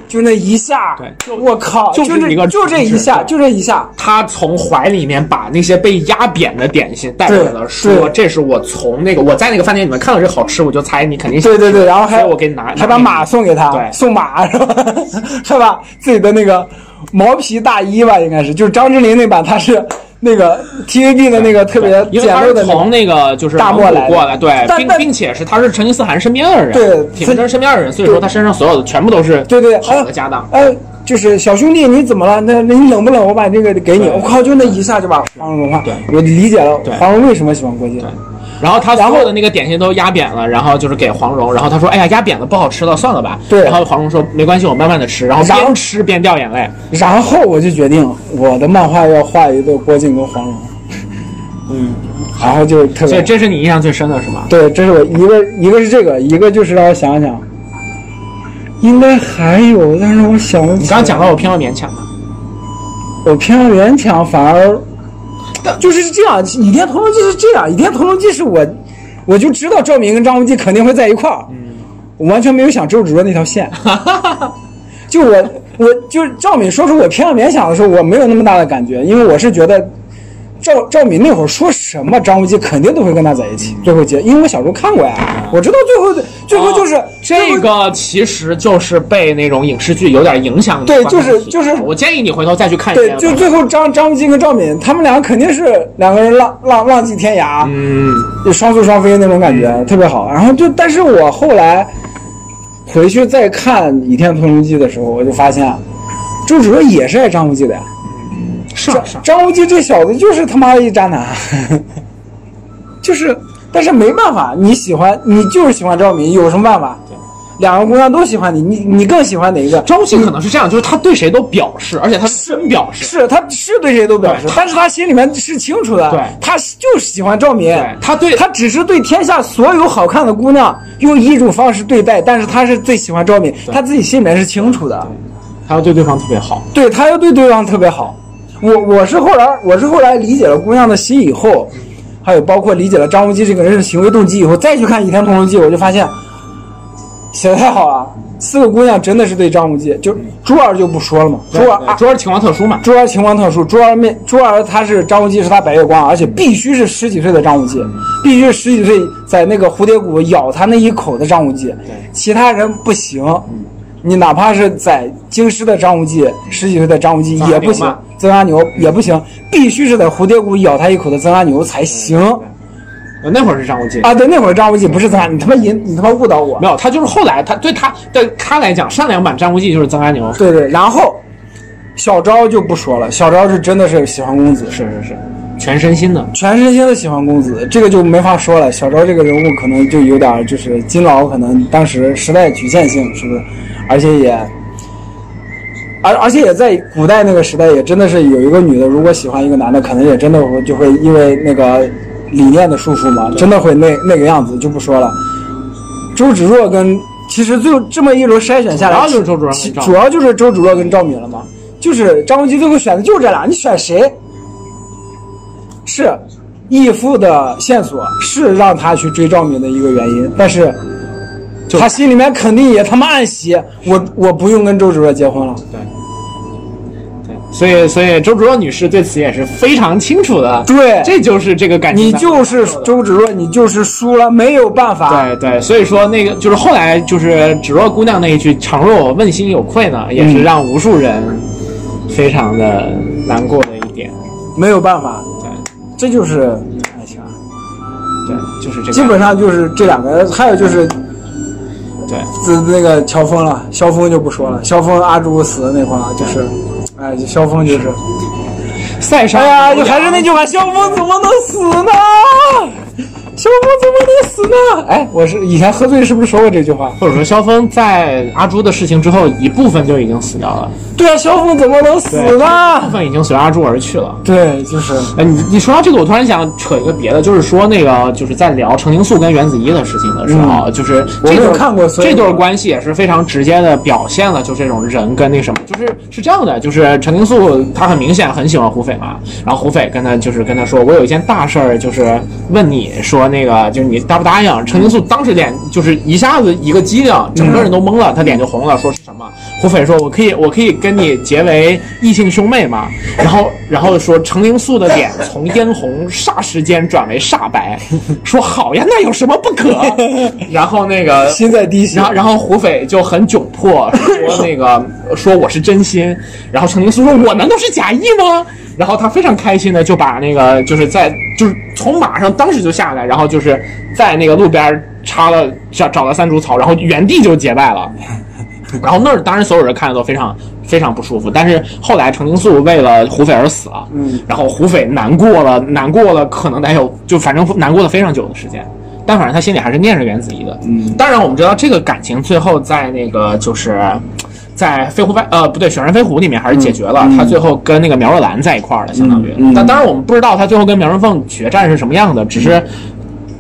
就那一下嗯对，我靠，就就是一个这就这一下，就这一下，他从怀里面把那些被压扁的点心带回来了，对说对这是我从那个我在那个饭店里面看到这个好吃，我就猜你肯定想对对吃对，然后所以还我给你拿，还把马送给他，对送马 是吧？还把自己的那个毛皮大衣吧，应该是就是张智霖那版，他是那个 TVB 的那个特对别因为简他陋是的那从个。那个就是大漠蒙古来的过来，对，但并但并且是他是成吉思汗身边的人，对铁木真身边的人，所以说他身上所有的全部都是对对好的家当。呃，就是小兄弟，你怎么了？那那你冷不冷？我把这个给你。对我靠，就那一下就把黄蓉融化。对我理解了对黄蓉为什么喜欢郭靖。然后他然后所有的那个点心都压扁了，然后就是给黄蓉，然后他说：“哎呀，压扁了，不好吃了，算了吧。”对然后黄蓉说：“没关系，我慢慢的吃。”然后然后边吃边掉眼泪。然后我就决定我的漫画要画一对郭靖跟黄蓉。嗯，然后就特别。所以这是你印象最深的是吗？对，这是我一个一个是这个，一个就是让我想想，应该还有，但是我想不你起刚来刚讲到我偏要勉强嘛。我偏向勉强，反而就是这样。《倚天屠龙记》是这样，《倚天屠龙记》是我，我就知道赵敏跟张无忌肯定会在一块儿，我完全没有想周芷若那条线。就我，我就是赵敏说出我偏向勉强的时候，我没有那么大的感觉，因为我是觉得赵赵敏那会儿说什么，张无忌肯定都会跟他在一起，最后结，因为我小时候看过呀，我知道最后的最后就是、哦最后这个，其实就是被那种影视剧有点影响的对观看就是体验就是我建议你回头再去看一对遍，吧。就最后张张无忌跟赵敏，他们俩肯定是两个人浪浪浪迹天涯，嗯，就双宿双飞那种感觉，特别好。然后就，但是我后来回去再看《倚天屠龙记》的时候，我就发现啊周芷若也是爱张无忌的呀。是啊是啊张无忌这小子就是他妈的一渣男， 就是，但是没办法，你喜欢你就是喜欢赵敏，有什么办法？两个姑娘都喜欢你，你你更喜欢哪一个？张无忌可能是这样，就是他对谁都表示，而且他是真表示。是他是对谁都表示对，但是他心里面是清楚的，对他就是喜欢赵敏对，他对他只是对天下所有好看的姑娘用一种方式对待，但是他是最喜欢赵敏，他自己心里面是清楚的，他要对对方特别好，对他要对对方特别好。我我是后来我是后来理解了姑娘的心以后，还有包括理解了张无忌这个人的行为动机以后，再去看《倚天屠龙记》，我就发现，写的太好了，四个姑娘真的是对张无忌，就珠儿就不说了嘛，珠儿啊，主要是情况特殊嘛，珠儿情况特殊，珠儿面珠儿她是张无忌是她白月光，而且必须是十几岁的张无嗯忌，必须是十几岁在那个蝴蝶谷咬他那一口的张无忌，其他人不行。你哪怕是在京师的张无忌，十几岁的张无忌阿也不牛行嘛，嗯曾阿牛也不行，必须是在蝴蝶谷咬他一口的曾阿牛才行呃那会儿是张无忌。哦啊！对，那会儿张无忌不是曾阿，嗯你他妈引你他妈误导我没。有，他就是后来，他对他对他来讲，善良版张无忌就是曾阿牛，对对，然后小昭就不说了，小昭是真的是喜欢公子，是是是，全身心的。全身心的喜欢公子，这个就没法说了。小昭这个人物可能就有点儿就是金老，可能当时时代局限性是不是？而且也，而而且也在古代那个时代，也真的是有一个女的，如果喜欢一个男的，可能也真的会就会因为那个理念的束缚嘛，真的会那那个样子，就不说了。周芷若跟其实就这么一轮筛选下来，主要就是周芷若跟其赵主要就是周芷若跟赵敏了嘛，就是张无忌最后选的就是这俩，你选谁？是义父的线索是让他去追赵敏的一个原因，但是他心里面肯定也他妈暗喜，我我不用跟周芷若结婚了。对，所以所以周芷若女士对此也是非常清楚的。对这就是这个感情你的。就是周芷若，你就是输了，没有办法。对对，所以说那个就是后来就是芷若姑娘那一句“倘若我问心有愧”嗯呢，也是让无数人非常的难过的一点。没有办法，对这就是爱情啊。对，就是这个。基本上就是这两个，还有就是对自那个乔峰了，萧峰就不说了，萧峰阿朱死的那块儿就是，哎，就萧峰就是，赛上哎呀，就牛羊还是那句话，萧峰怎么能死呢？萧峰怎么能死呢？哎，我是以前喝醉是不是说过这句话？或者说萧峰在阿朱的事情之后，一部分就已经死掉了，对啊，萧峰怎么能死一呢部？分已经随阿朱而去了。对，就是哎，你你说到这个，我突然想扯一个别的，就是说那个就是在聊程罂粟跟袁子一的事情的时候，就是嗯我这没有对看过所以这对关系也是非常直接的表现了，就这种人跟那什么，就是是这样的，就是程罂粟他很明显很喜欢胡斐嘛，然后胡斐跟他就是跟他说，我有一件大事儿，就是问你说那个就是你答不答应？程罂粟当时脸就是一下子一个机灵，整个人都懵了，他脸就红了，说是什么？胡斐说我可以我可以跟你结为异性兄妹嘛，然后然后说程罂粟的脸从嫣红霎时间转为煞白，说好呀，那有什么不可？然后那个心在滴血然。后然后胡斐就很窘迫，说那个说我是真心，然后程罂粟说我难道是假意吗？然后他非常开心的就把那个就是在就是从马上当时就下来，然后就是在那个路边插了找找了三株草，然后原地就结拜了。然后那儿当然所有人看着都非常非常不舒服，但是后来程罂粟为了胡斐而死了，嗯，然后胡斐难过了，难过了，可能得有就反正难过了非常久的时间，但反正他心里还是念着袁子怡的，嗯，当然我们知道这个感情最后在那个就是。在飞狐外呃不对，雪山飞狐里面还是解决了，嗯他最后跟那个苗若兰在一块儿了，相当于。但当然我们不知道他最后跟苗人凤决战是什么样的，只嗯是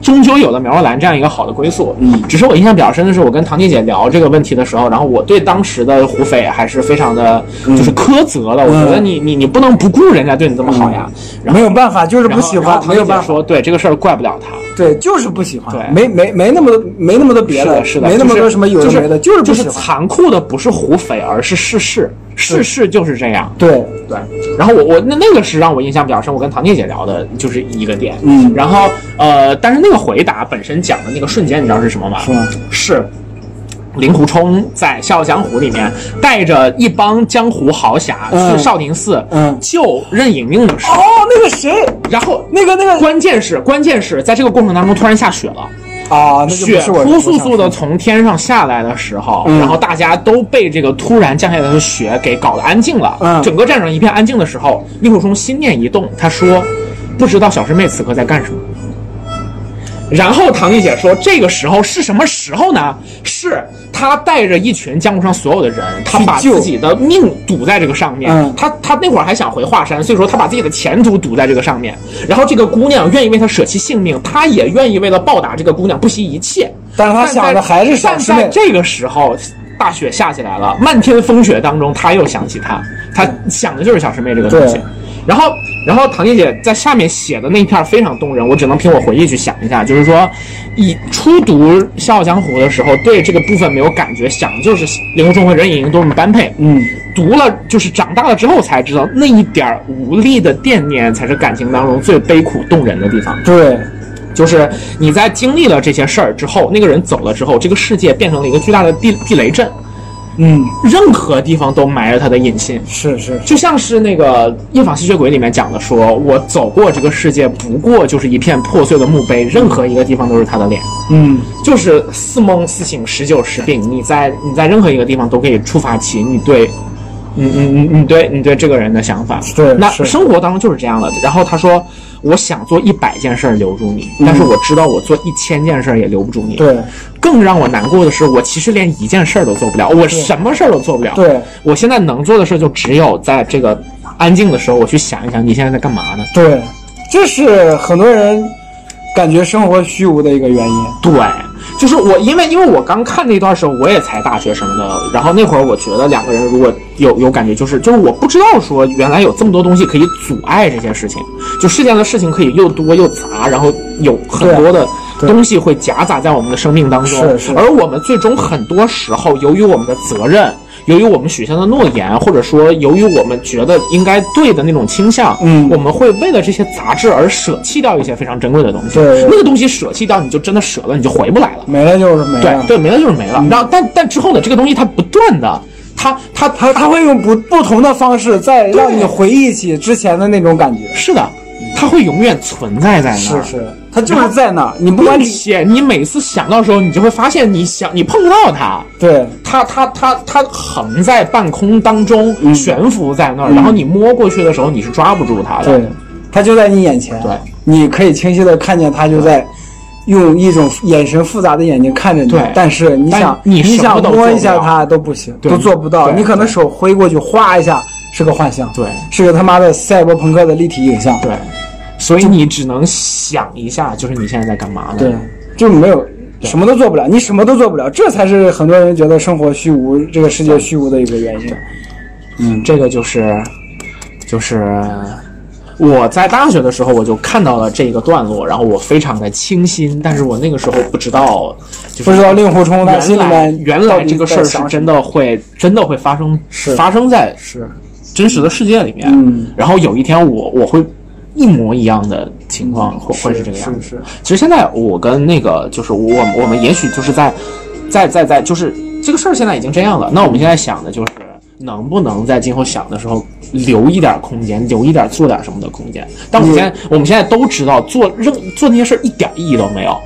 终究有了苗若兰这样一个好的归宿。嗯，只是我印象比较深的是，我跟堂姐姐聊这个问题的时候，然后我对当时的胡斐还是非常的嗯就是苛责的。我觉得你你你不能不顾人家对你这么好呀。然后嗯没有办法，就是然不后喜然后欢，堂没有姐姐办法。说，对这个事儿怪不了他。对，就是不喜欢，对没没没那么多，没那么多别是的，是的，没那么就多是什么有的没的，就是不就是喜欢。残酷的不是胡斐，而是世事，世事就是这样。对，对，然后我我那那个是让我印象比较深，我跟堂姐姐聊的就是一个点，嗯，然后呃，但是那个回答本身讲的那个瞬间，你知道是什么吗？是吗是令狐冲在《笑傲江湖》里面带着一帮江湖豪侠去嗯少林寺，嗯救任盈盈的时候，哦，那个谁然后那个那个关键是关键是在这个过程当中突然下雪了。啊，那就雪不是扑簌我簌我想嗯的从天上下来的时候，然后大家都被这个突然降下来的雪给搞得安静了。嗯整个战场一片安静的时候，令狐冲心念一动，他说：“不知道小师妹此刻在干什么。”然后唐丽姐说：“这个时候是什么时候呢？是她带着一群江湖上所有的人，她去把救自己的命赌在这个上面。嗯她她那会儿还想回华山，所以说她把自己的前途赌在这个上面。然后这个姑娘愿意为她舍弃性命，她也愿意为了报答这个姑娘不惜一切。但是她想的还是小但师在妹这个时候，大雪下起来了，漫天风雪当中，她又想起他，她想的就是小师妹这个东西对。然后然后唐姐姐在下面写的那一片非常动人，我只能凭我回忆去想一下，就是说，以初读《笑傲江湖》的时候，对这个部分没有感觉，想的就是令狐冲和任盈盈都是般配，嗯，读了就是长大了之后才知道那一点儿无力的惦念，才是感情当中最悲苦动人的地方。对，就是你在经历了这些事儿之后，那个人走了之后，这个世界变成了一个巨大的地地雷阵，嗯，任何地方都埋着他的隐心。是是，就像是那个《夜访吸血鬼》里面讲的说，我走过这个世界，不过就是一片破碎的墓碑，任何一个地方都是他的脸。嗯，就是似梦似醒，时久时病。你在你在任何一个地方都可以触发起你对，你嗯你你你对你对这个人的想法。对那是生活当中就是这样的。然后他说，我想做一百件事儿留住你，但是我知道我做一千件事儿也留不住你。嗯对更让我难过的是，我其实连一件事儿都做不了，我什么事儿都做不了。对我现在能做的事就只有在这个安静的时候，我去想一想你现在在干嘛呢？对，这是很多人感觉生活虚无的一个原因。对，就是我，因为因为我刚看那段时候，我也才大学什么的，然后那会儿我觉得两个人如果有有感觉，就是就是我不知道说原来有这么多东西可以阻碍这些事情，就世界上的事情可以又多又杂，然后有很多的对东西会夹杂在我们的生命当中，是是而我们最终很多时候，由于我们的责任。由于我们许下的诺言，或者说由于我们觉得应该对的那种倾向，嗯我们会为了这些杂质而舍弃掉一些非常珍贵的东西。对那个东西舍弃掉，你就真的舍了，你就回不来了。没了就是没了对，对，没了就是没嗯了。然后，但但之后呢，这个东西它不断的，它它它他他会用不不同的方式再让你回忆起之前的那种感觉。啊是的，它会永远存在在那是儿。是，他就是在那儿，你不管并你且你每次想到的时候，你就会发现你想你碰不到它，对它它它它横在半空当嗯中悬浮在那儿，然后你摸过去的时候你是抓不住它的。对，他就在你眼前，对，你可以清晰的看见他就在。用一种眼神复杂的眼睛看着你对，但是你想但你你什么想都摸做一不下了他都不行，对都做不到。对你可能手挥过去，哗一下是个幻象，对是个他妈的赛博朋克的立体影像，对，所以你只能想一下，就是你现在在干嘛呢？对，就没有什么都做不了，你什么都做不了，这才是很多人觉得生活虚无、这个世界虚无的一个原因。这个就是，就是我在大学的时候我就看到了这个段落，然后我非常的清新，但是我那个时候不知道，就是不知道令狐冲他心原里来面原到来底这个事在儿是想什真么的会真的会发生，是发生在是真实的世界里面。嗯然后有一天我我会一模一样的情况会会是这个样子。是其实现在我跟那个就是我我们我们也许就是在在在在就是这个事儿现在已经这样了，那我们现在想的就是能不能在今后想的时候留一点空间，留一点做点什么的空间。但我们现在、我们现在都知道做任做那些事儿一点意义都没有。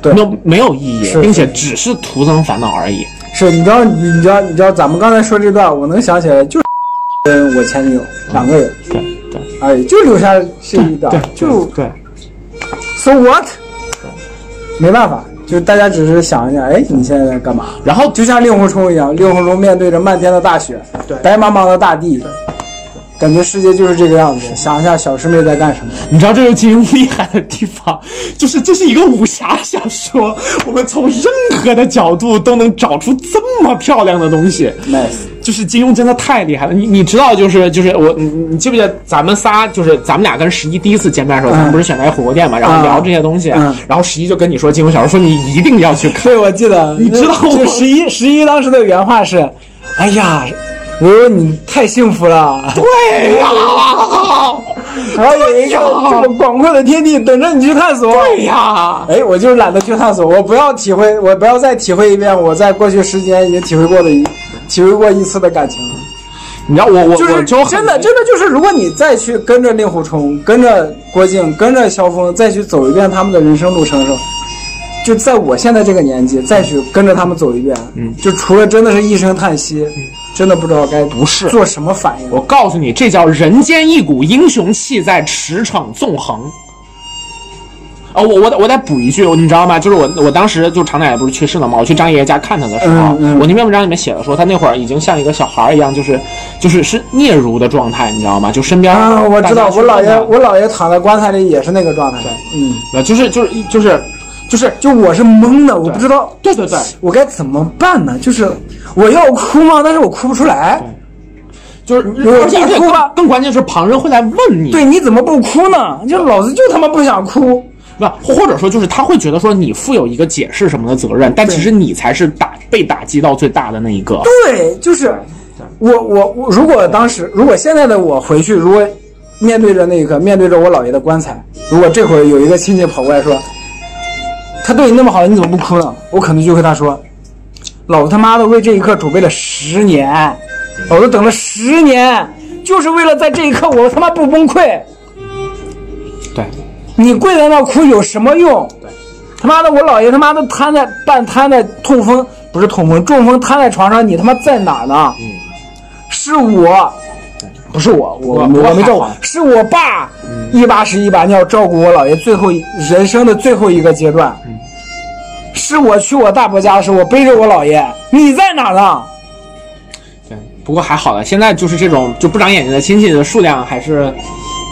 对没有没有意义是，并且只是徒增烦恼而已。是，你知道你你知道你知道咱们刚才说这段，我能想起来就是 跟我前女友两个人对对而已，就留下这一段，就对 so what，没办法，就大家只是想一下，哎，你现在在干嘛？然后就像令狐冲一样，令狐冲面对着漫天的大雪，对白茫茫的大地，感觉世界就是这个样子。想一下小师妹在 干什么？你知道这就是金庸厉害的地方， 就是这是一个武侠小说，我们从任何的角度都能找出这么漂亮的东西。 nice，就是金庸真的太厉害了，你你知道，就是就是我，你你你记不记得咱们仨，就是咱们俩跟十一第一次见面的时候，咱们不是选在一火锅店嘛，然后聊这些东西，嗯然后十一就跟你说金庸小说，说你一定要去 看，对，我记得，你知道我就十一十一当时的原话是：“哎呀，我说你太幸福了， 对呀、然后有一个这么广阔的天地等着你去探索。”对呀，哎，我就是懒得去探索，我不要体会，我不要再体会一遍我在过去十几年已经体会过的一体会过一次的感情了。你知道我我就我是就很真的，真的就是，如果你再去跟着令狐冲、跟着郭靖、跟着萧峰，再去走一遍他们的人生路程的时候，就在我现在这个年纪，再去跟着他们走一遍，嗯，就除了真的是一声叹息，真的不知道该不嗯是做什么反应。我告诉你，这叫人间一股英雄气在驰骋纵横。哦，我我得我得补一句，你知道吗？就是我我当时就常奶奶不是去世了吗？我去张爷爷家看她的时候，嗯嗯我那篇文章里面写的说，她那会儿已经像一个小孩儿一样，就是就是是嗫嚅的状态，你知道吗？就身边啊，我知道，大家去我姥问爷，她我姥爷躺在棺材里也是那个状态，嗯，呃就是就是就是就是就我是懵的，我不知道对对对，我该怎么办呢？就是我要哭吗？但是我哭不出来，就是而且而且更更关键是旁人会来问你，对，你怎么不哭呢？就老子就他妈不想哭。不，或者说就是他会觉得说你负有一个解释什么的责任，但其实你才是打被打击到最大的那一个。对，就是我我我，如果当时如果现在的我回去，如果面对着那一刻，面对着我姥爷的棺材，如果这会儿有一个亲戚跑过来说，他对你那么好，你怎么不哭呢？我可能就跟他说，老子他妈的为这一刻准备了十年，老子等了十年，就是为了在这一刻我他妈不崩溃。对，你跪在那儿哭有什么用？他妈的，我姥爷他妈都瘫在半瘫在痛风，不是痛风，中风瘫在床上，你他妈在哪儿呢？嗯是我，不是我，我我我我没照顾还好，是我爸一把屎一把尿照顾我姥爷最后一人生的最后一个阶段。是我去我大伯家的时候，我背着我姥爷，你在哪儿呢？对，不过还好了，现在就是这种就不长眼睛的亲戚的数量还是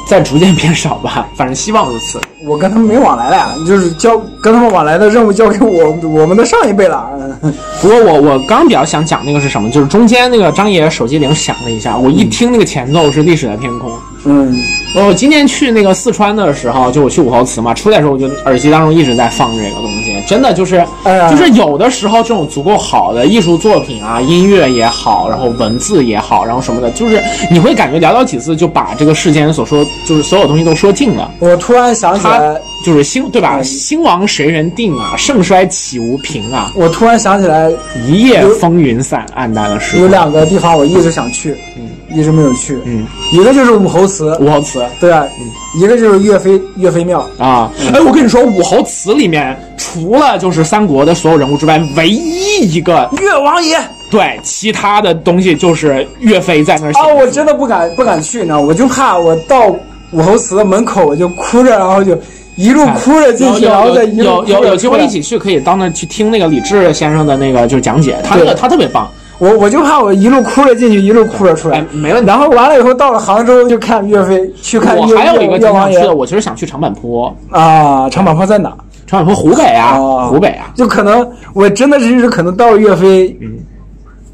在逐渐变少吧， 反正希望如此。我跟他们没往来了呀，就是交跟他们往来的任务交给我我们的上一辈了。嗯不过我我刚比较想讲那个是什么，就是中间那个张爷手机铃响了一下，我一听那个前奏是《历史的天空》。嗯，我哦今天去那个四川的时候，就我去武侯祠嘛，出来的时候我就耳机当中一直在放这个东西，真的就是哎呀，就是有的时候这种足够好的艺术作品啊，音乐也好，然后文字也好，然后什么的，就是你会感觉寥寥几字就把这个世间所说，就是所有东西都说尽了。我突然想起他来，就是兴对嗯吧？兴亡谁人定啊？盛衰岂无凭啊？我突然想起来一夜风云散，黯淡了时有光。两个地方我一直想去，一直没有去，嗯，一个就是武侯祠，武嗯侯祠对吧？一个就是岳飞岳飞庙，啊，哎，我跟你说，武侯祠里面除了就是三国的所有人物之外，唯一一个岳王爷对其他的东西就是岳飞在那儿写啊，的我字真的不敢不敢去，你知道，我就怕我到武侯祠的门口我就哭着，然后就一路哭着进去，哎有然后再有一路有哭着有有机出会来一起去，可以到那儿去听那个李志先生的那个就是讲解，他那个对他特别棒。我我就怕我一路哭着进去，一路哭着出来哎，没问题然后完了以后到了杭州就看岳飞，去看我岳还有一个岳挺岳王想去爷的，我其实想去长坂坡，啊，长坂坡在哪？长坂坡湖北啊，哦湖北啊，就可能我真的是可能到岳飞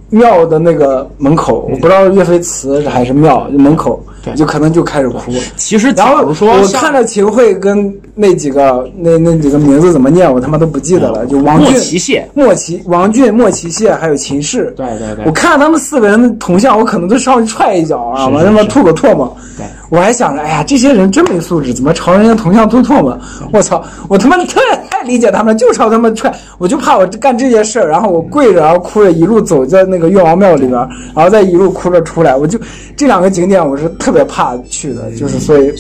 庙的那个门口，我不知道岳飞祠还是庙就门口，嗯对就可能就开始哭。其实然假后如说我像看着秦桧跟那几个那那几个名字怎么念，我他妈都不记得了，就王莫俊、奇蟹，莫奇、王俊、莫奇蟹还有秦氏。对对对我看他们四个人的铜像，我可能都上去踹一脚啊，是我是他妈是吐口唾沫。对我还想着，哎呀，这些人真没素质，怎么朝人家铜像吐唾沫？嗯我操，我他妈特太理解他们了，就朝他们踹，我就怕我干这些事儿，然后我跪着，然后哭着一路走在那个岳王庙里边，然后再一路哭着出来，我就这两个景点我是特别怕去的，嗯就是所以，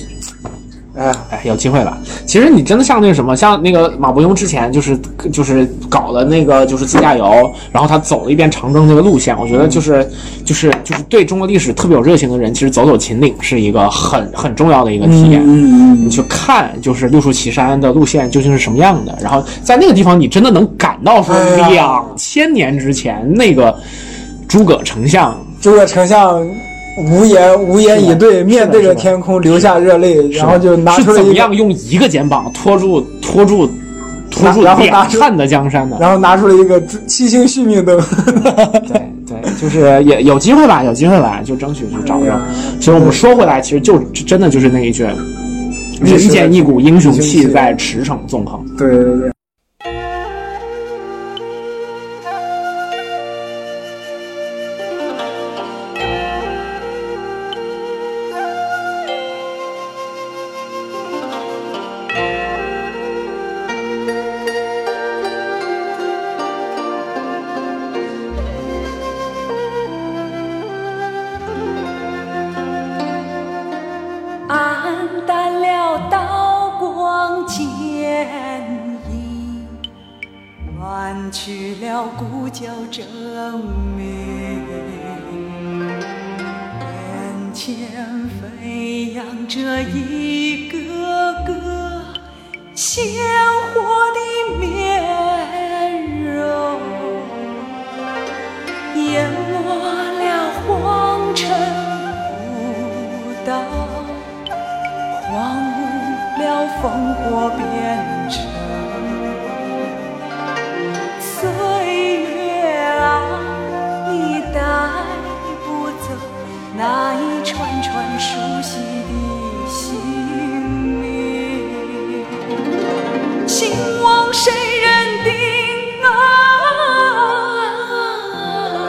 哎，哎，有机会了。其实你真的像那个什么，像那个马伯庸之前就是就是搞了那个就是自驾游，然后他走了一遍长征那个路线，我觉得就是、就是就是对中国历史特别有热情的人，其实走走秦岭是一个很很重要的一个体验。嗯你去看就是六出祁山的路线究竟是什么样的，然后在那个地方你真的能感到说哎呀两千年之前那个诸葛丞相这个丞相。无言无言以对，面对着是的天空流下热泪，然后就拿是出了怎么一个样啊用一个肩膀托住托住托住然后两拿出汉的江山的。然后拿出了一个七星续命灯。 对对，就是也有机会吧，有机会吧，就争取去找找。其实我们说回来，其实就真的就是那一句，人间一股英雄气在驰骋纵横。对对对。黯淡了刀光剑影，弯曲了骨角争鸣。眼前飞扬着一个个鲜活的面容，淹没了荒尘古道。荒芜了烽火边城，岁月啊，你带不走那一串串熟悉的姓名，心往谁认定啊？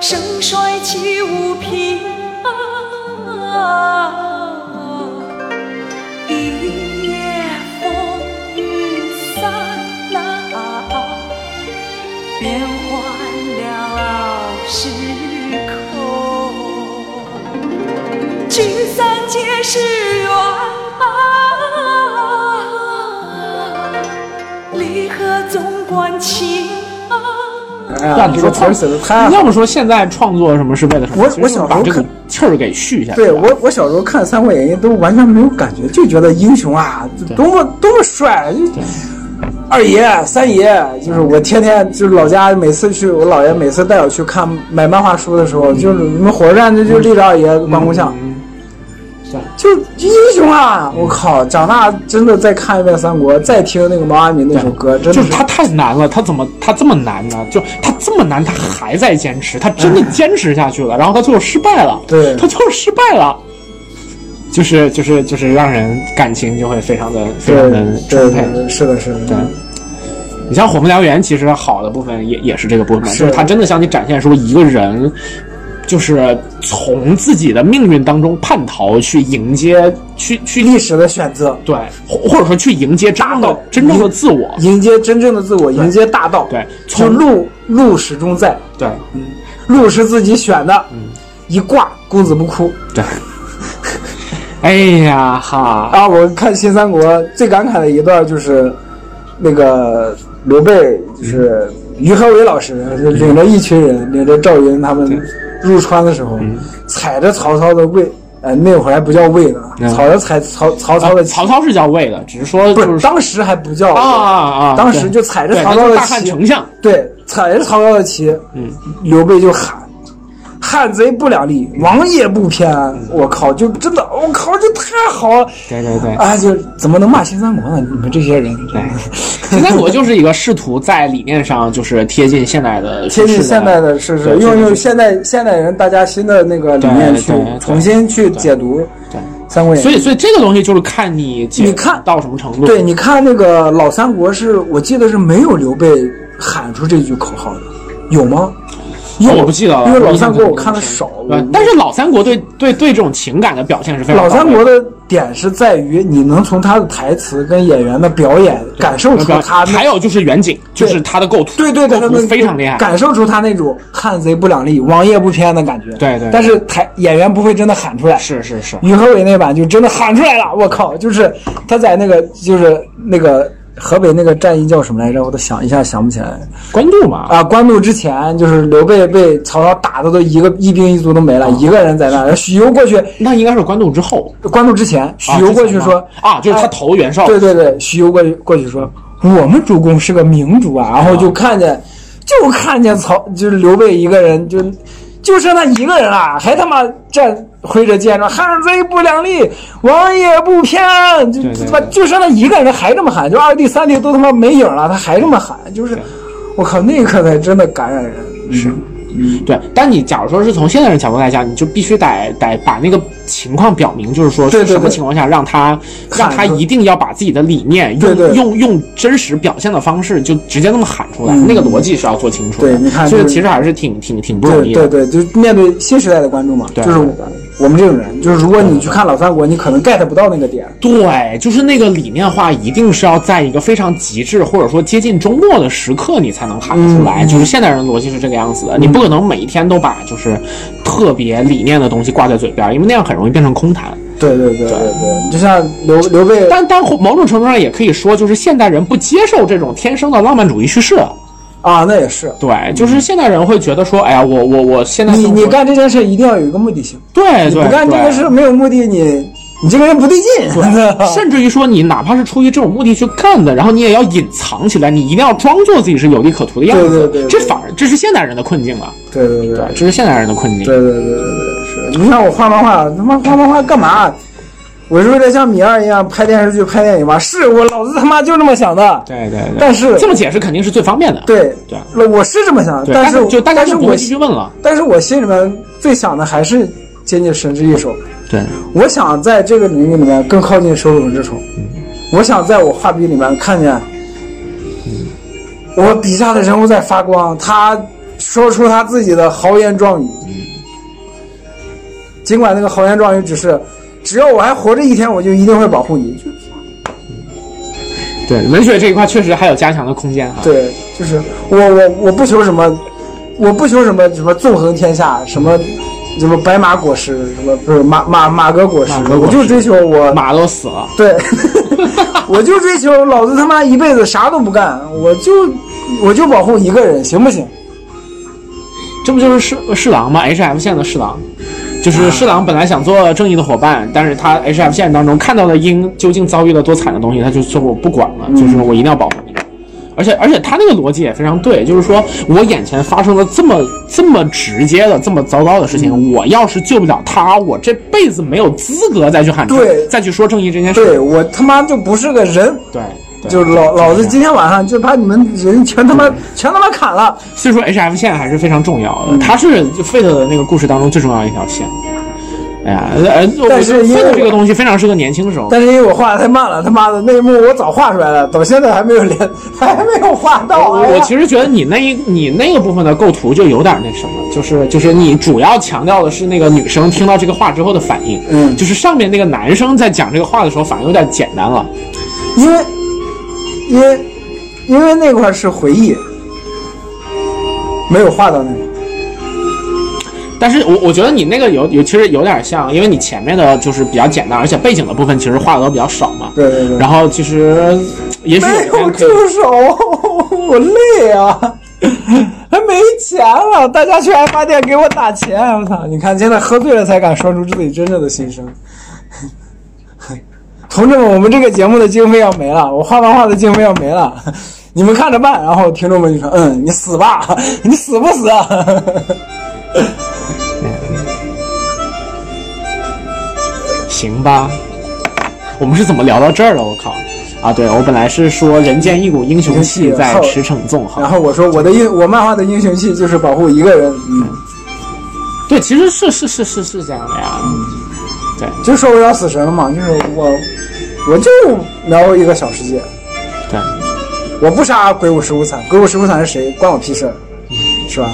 盛衰起舞平啊，一夜风雨散啊。变换了时空，聚散皆是缘啊，离合总管情啊。哎呀，但你这说个词儿写的太好。要不说现在创作什么是为了什么？我其实我小时候把这个看气儿给续下去对了。我，我小时候看《三国演义》都完全没有感觉，就觉得英雄啊，多么多么帅，啊就二爷、三爷，就是我天天就是老家每次去，我姥爷每次带我去看买漫画书的时嗯候，就是你们火车站这就立着二爷关公像，嗯就英雄啊！我靠，长大真的再看一遍《三国》，再听那个毛阿敏那首歌，真就的是他太难了，他怎么他这么难呢？就他这么难，他还在坚持，他真的坚持下去了，然后他最后失败了，对他最后失败了，就是就是就是让人感情就会非常的非常对的对充沛。对，是的，是的，对，你像《火不燎原》，其实好的部分也也是这个部分，是就是它真的向你展现出一个人，就是从自己的命运当中叛逃，去迎接，去去历史的选择，对，或或者说去迎接真正大的道真正的自我，迎接真正的自我，迎接大道，对就从路路始终在。对路是自己选的，一挂公子不哭对。哎呀哈，啊！我看《新三国》最感慨的一段就是，那个刘备就是于和伟老师，就领着一群人，领着赵云他们入川的时候，嗯踩着曹操的魏，呃，那会儿还不叫魏呢，嗯踩着踩曹曹啊操的旗曹操是叫魏的，只是说不就是是当时还不叫啊啊啊，当时对就踩着对曹那操就的大汉旗丞相，对，踩着曹操的旗，嗯刘备就喊：“汉贼不两立，王爷不偏安。嗯我靠，就真的，我靠，这太好了！对对对。啊，就怎么能骂新三国呢？你们这些人，对，新三国就是一个试图在理念上就是贴近现代的贴叙事的，近现代的事实，对用对用对现代现代人大家新的那个理念对去对对重新去解读《对三国演义》。所以，所以这个东西就是看你解你看到什么程度。对，你看那个老三国是，我记得是没有刘备喊出这句口号的，有吗？有，哦我不记得了因为老印象三国可能我看的不深少，对吧，但是老三国对对对这种情感的表现是非常老三到位国的的点是在于你能从他的台词跟演员的表演感受出他还那。有就是远景，就是他的构图，对对对，他构们图非常厉害。感受出他那种汉贼不两立、王爷不偏的感觉。对对对但是台演员不会真的喊出来。是是是，于和伟那版就真的喊出来了，我靠！就是他在那个就是那个河北那个战役叫什么来着？我都想一下想不起来。关注嘛，啊，官渡之前就是刘备被曹操打的都一个一兵一卒都没啊了，一个人在那儿。然后许攸过去，那应该是关注之后。官渡之前，许啊攸之过前去吗说啊，就是他哎投袁绍，对对对，徐攸过去过去说，我们主公是个明主啊，然后就看见，就看见曹就是刘备一个人，就就剩他一个人了，还他妈站挥着剑说汉贼不两立，王爷不偏安，就对对对他妈就剩他一个人还这么喊，就二弟三弟都他妈没影了，他还这么喊，就是我靠，那一刻才真的感染人。是，对，但你假如说是从现代人角度来讲，你就必须得得把那个情况表明，就是说对对是什么对情况下让他看让他出一定要把自己的理念用对对用用真实表现的方式就直接那么喊出来，那个逻辑是要做清楚的。嗯对你看所以就是其实还是挺挺挺不容对易对的。对，就是面对新时代的观众嘛，对就是对对我们这种人，就是如果你去看老三国，你可能 get 不到那个点。对，就是那个理念化，一定是要在一个非常极致，或者说接近周末的时刻，你才能喊得出嗯来。就是现代人的逻辑是这个样子的，你不可能每一天都把就是特别理念的东西挂在嘴边，因为那样很容易变成空谈。对对对对对，就像刘刘备，但但某种程度上也可以说，就是现代人不接受这种天生的浪漫主义叙事。啊，那也是。对，就是现代人会觉得说，哎呀，我我我现在嗯你生活你干这件事一定要有一个目的性，对你对不干这对个事没有目的，你你这个人不对劲。 甚至于说，你哪怕是出于这种目的去干的，然后你也要隐藏起来，你一定要装作自己是有利可图的样子。对对对对这反而这是现代人的困境了。对对对对，这是现代人的困境。对对对对对，是。你像我画漫画，他妈画漫画干嘛？我是为了像米二一样拍电视剧、拍电影吗？是我老子他妈就这么想的。对对对。但是这么解释肯定是最方便的。对对，我是这么想的，对，但但是就大家但是就不会我继续问了。但是我心里面最想的还是接近神之一手。对，我想在这个领域里面更靠近手冢治虫，我想在我画笔里面看见我笔下的人物在发光，他说出他自己的豪言壮语。尽管那个豪言壮语只是，只要我还活着一天，我就一定会保护你。就对，文学这一块确实还有加强的空间哈。对，就是我我我不求什么，我不求什么什么纵横天下，什么什么白马果实，什么不是马马马革果实，马革果我实就追求我马都死了，对， 我就追求老子他妈一辈子啥都不干，我就我就保护一个人，行不行？这不就是侍侍郎吗？H F 线的侍郎，就是啊侍郎本来想做正义的伙伴，但是他 H F 线当中看到了鹰究竟遭遇了多惨的东西，他就说我不管嗯了，就是我一定要保护你。而且而且他那个逻辑也非常对，就是说我眼前发生了这么这么直接的、这么糟糕的事嗯情，我要是救不了他，我这辈子没有资格再去喊正对再去说正义这件对事。我他妈就不是个人，对，对就是老老子今天晚上就把你们人全他妈全他妈砍了。所以说 H F 线还是非常重要嗯的，它是 Fate 的那个故事当中最重要的一条线。哎呀，呃，但是因为 Fate 我这个东西非常适合年轻的时候。但是因为我画的太慢了，他妈的那一幕我早画出来了，到现在还没有连，还没有画到。我哎呀我其实觉得你那一你那个部分的构图就有点那什么，就是就是你主要强调的是那个女生听到这个话之后的反应，嗯就是上面那个男生在讲这个话的时候反应有点简单了，因为因为因为那块儿是回忆，没有画到那个。但是我我觉得你那个有有其实有点像，因为你前面的就是比较简单，而且背景的部分其实画的都比较少嘛，对对对。然后其实也许没有天可有以助手， 我累啊， 还没钱了，大家去爱发店给我打钱，啊我操！你看现在喝醉了才敢说出自己真正的心声。同志们，我们这个节目的经费要没了，我画漫画的经费要没了，你们看着办。然后听众们就说：“嗯，你死吧，你死不死？”啊行吧，我们是怎么聊到这儿了？我靠！啊，对，我本来是说人间一股英雄气在驰骋纵 然横。后我说：“我的英，我漫画的英雄气就是保护一个人。”嗯，对，其实是是是是是这样的呀。嗯就说我要死神了嘛，就是我，我就描绘一个小世界。对，我不杀鬼舞十五惨，鬼舞十五惨是谁关我屁事儿，是吧？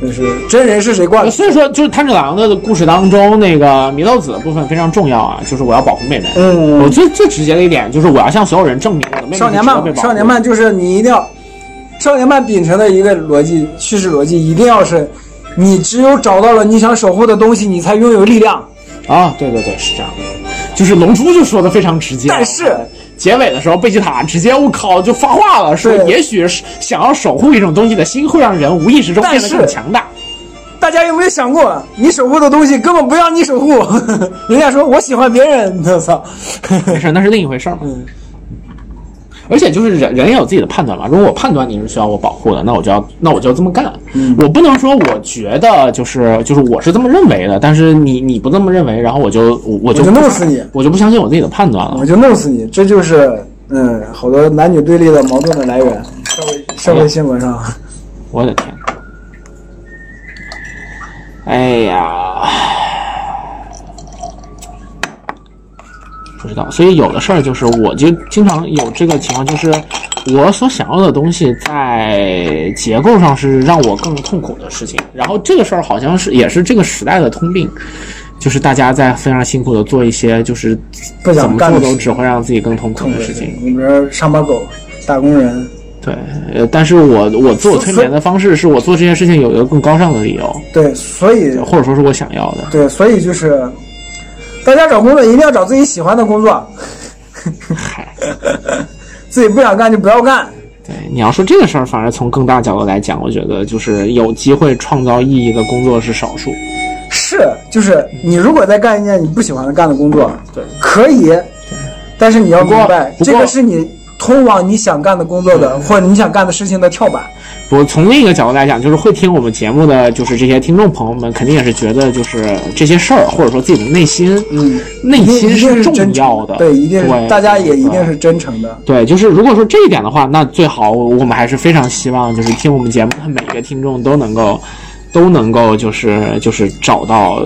就是真人是谁关呃我所以说就是炭治郎的故事当中，那个祢豆子的部分非常重要啊，就是我要保护妹妹。嗯我最最直接的一点就是我要向所有人证明我的妹妹少年是值得被漫，保护少年漫就是你一定要，少年漫秉承的一个逻辑叙事逻辑一定要是，你只有找到了你想守护的东西，你才拥有力量。啊，对对对，是这样的。就是龙珠就说的非常直接啊，但是结尾的时候，贝吉塔直接我靠就发话了，说对也许是想要守护一种东西的心会让人无意识中但变得是更强大。大家有没有想过，你守护的东西根本不让你 守护？人家说我喜欢别人，我操！没 事，那是另一回事儿嘛。嗯而且就是人人也有自己的判断嘛。如果我判断你是需要我保护的，那我就要那我就这么干。嗯我不能说我觉得就是就是我是这么认为的，但是你你不这么认为，然后我就我我就我就不弄死你我就不相信我自己的判断我了。就弄死你！这就是嗯，好多男女对立的矛盾的来源，社会社会新闻上。我的天！哎呀，不知道。所以有的事儿就是，我就经常有这个情况，就是我所想要的东西在结构上是让我更痛苦的事情。然后这个事儿好像是也是这个时代的通病，就是大家在非常辛苦的做一些就是不怎想么干做的都事只会让自己更痛苦的事情。你比如说上班狗、打工人，对，呃，但是我我自我催眠的方式是我做这件事情有一个更高尚的理由，对，所以或者说是我想要的。对，所以就是大家找工作一定要找自己喜欢的工作，嗨，自己不想干就不要干。对，你要说这个事儿，反而从更大角度来讲，我觉得就是有机会创造意义的工作是少数。是，就是你如果在干一件你不喜欢的干的工作，对，可以，但是你要不明过白，不这过个是你通往你想干的工作的或者你想干的事情的跳板。我从另一个角度来讲，就是会听我们节目的，就是这些听众朋友们，肯定也是觉得就是这些事儿，或者说自己的内心，嗯，内一定心一定是重真要诚的。对，一定对是大家也一定对是真诚的。对，就是如果说这一点的话，那最好我们还是非常希望，就是听我们节目的每一个听众都能够，都能够就是就是找到。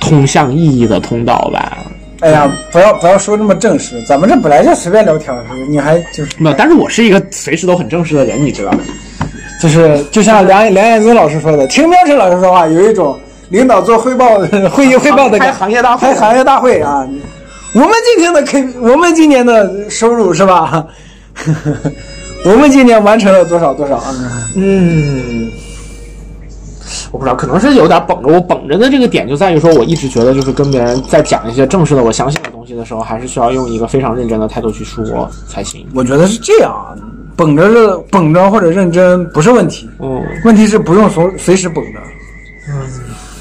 通向意义的通道吧。哎呀，不要不要说那么正式，咱们这本来就随便聊天，是不是？你还就是没有，但是我是一个随时都很正式的人，你知道吗？ 就是就像梁梁彦宗老师说的，听喵晨老师说话有一种领导做汇报会议汇报的开感行业大会开，行业大会啊！我们今天的 K，我们今年的收入是吧？ 我们今年完成了多少多少？嗯嗯，我不知道，可能是有点绷着。我绷着的这个点就在于说，我一直觉得就是跟别人在讲一些正式的我相信的东西的时候，还是需要用一个非常认真的态度去说才行。我觉得是这样啊，绷着是绷着或者认真不是问题，嗯，问题是不用随随时绷着。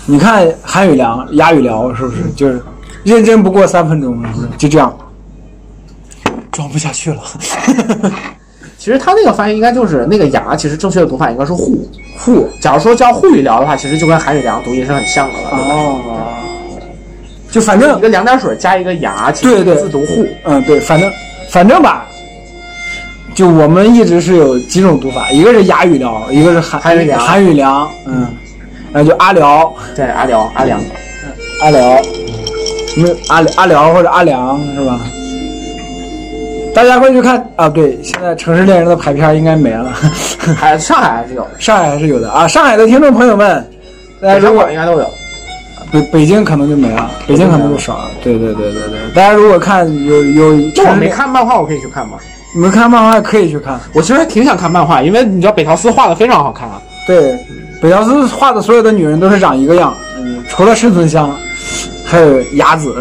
你看韩宇良、鸭宇良是不是就是认真不过三分钟，是不是就这样？装不下去了。其实他那个发音应该就是那个牙，其实正确的读法应该是沪沪。假如说叫沪语聊的话，其实就跟韩语良读音是很像的了。对吧哦，就反就一正个两点水加一个牙，其实对对字读户。嗯对，反正反正吧，就我们一直是有几种读法，一个是哑语聊，一个是韩韩语聊韩语聊，嗯，然后就阿聊对，阿辽阿良，嗯阿聊，没有阿阿聊或者阿良是吧？大家快去看啊！对，现在《城市猎人》的排片应该没了，还上海还是有的，上海还是有的啊！上海的听众朋友们，大家北如上果广应该都有。北北京可能就没了，北京可能就少了。对对对对对，大家如果看有有，就我没，看漫画，我可以去看吗？没看漫画可以去看。我其实还挺想看漫画，因为你知道北条司画的非常好看啊。对，北条司画的所有的女人都是长一个样，嗯，除了生存香，还有雅子。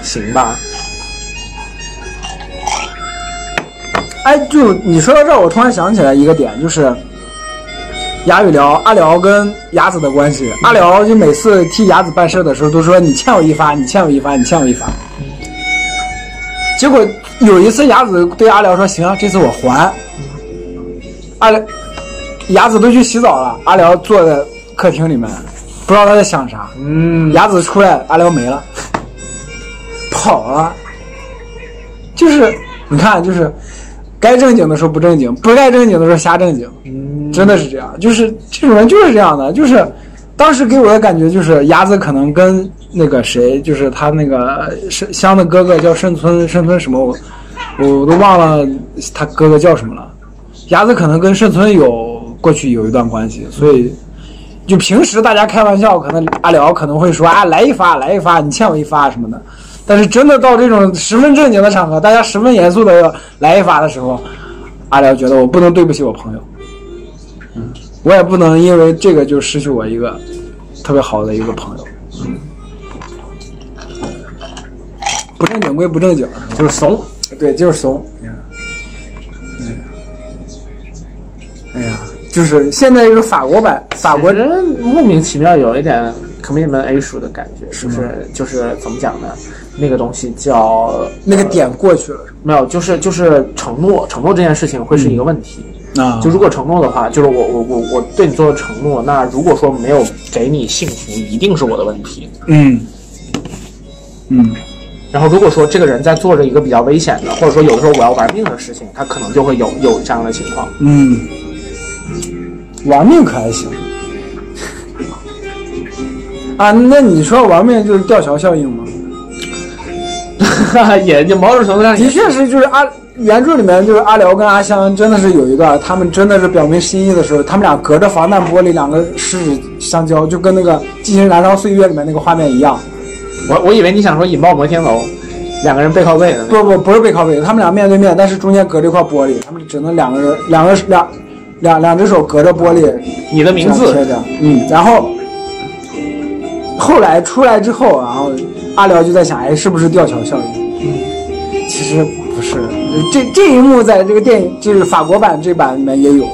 行吧，哎，就你说到这儿，我突然想起来一个点，就是雅语聊阿辽跟雅子的关系。阿辽就每次替雅子办事的时候，都说你欠我一发，你欠我一发，你欠我一发。结果有一次，雅子对阿辽说：“行啊，这次我还。”阿辽雅子都去洗澡了，阿辽坐在客厅里面，不知道他在想啥。嗯，雅子出来，阿辽没了，跑了。就是你看，就是该正经的时候不正经，不该正经的时候瞎正经，真的是这样。就是这种人就是这样的，就是当时给我的感觉就是雅子可能跟那个谁，就是他那个是香的哥哥叫盛村，盛村什么我我都忘了他哥哥叫什么了。雅子可能跟盛村有过去有一段关系，所以就平时大家开玩笑，可能阿辽可能会说啊来一发来一发，你欠我一发什么的。但是真的到这种十分正经的场合，大家十分严肃的要来一发的时候，阿辽觉得我不能对不起我朋友，嗯，我也不能因为这个就失去我一个特别好的一个朋友，嗯，不正经归不正经，就是怂。对，就是怂。哎呀，就是现在就是法国版，法国我觉得莫名其妙有一点 commitment issue 的感觉，嗯就是就是怎么讲呢？那个东西叫那个点过去了，没有，就是就是承诺，承诺这件事情会是一个问题。啊就如果承诺的话，就是我我我我对你做的承诺，那如果说没有给你幸福，一定是我的问题。嗯嗯，然后如果说这个人在做着一个比较危险的，或者说有的时候我要玩命的事情，他可能就会有有这样的情 况。嗯，玩命可还行 啊？那你说玩命就是吊桥效应吗？也就某种程度上的确是，就是阿原著里面就是阿辽跟阿香真的是有一段，他们真的是表明心意的时候，他们俩隔着防弹玻璃，两个十指相交，就跟那个《激情燃烧岁月》里面那个画面一样。我我以为你想说引爆摩天楼，两个人背靠背的那个。不不不是背靠背，他们俩面对面，但是中间隔着一块玻璃，他们只能两个人两个两两两只手隔着玻璃你的名这样贴字，着，嗯，然后后来出来之后，然后阿辽就在想，哎，是不是吊桥效应？其实不是，这这一幕在这个电影就是法国版这版里面也有，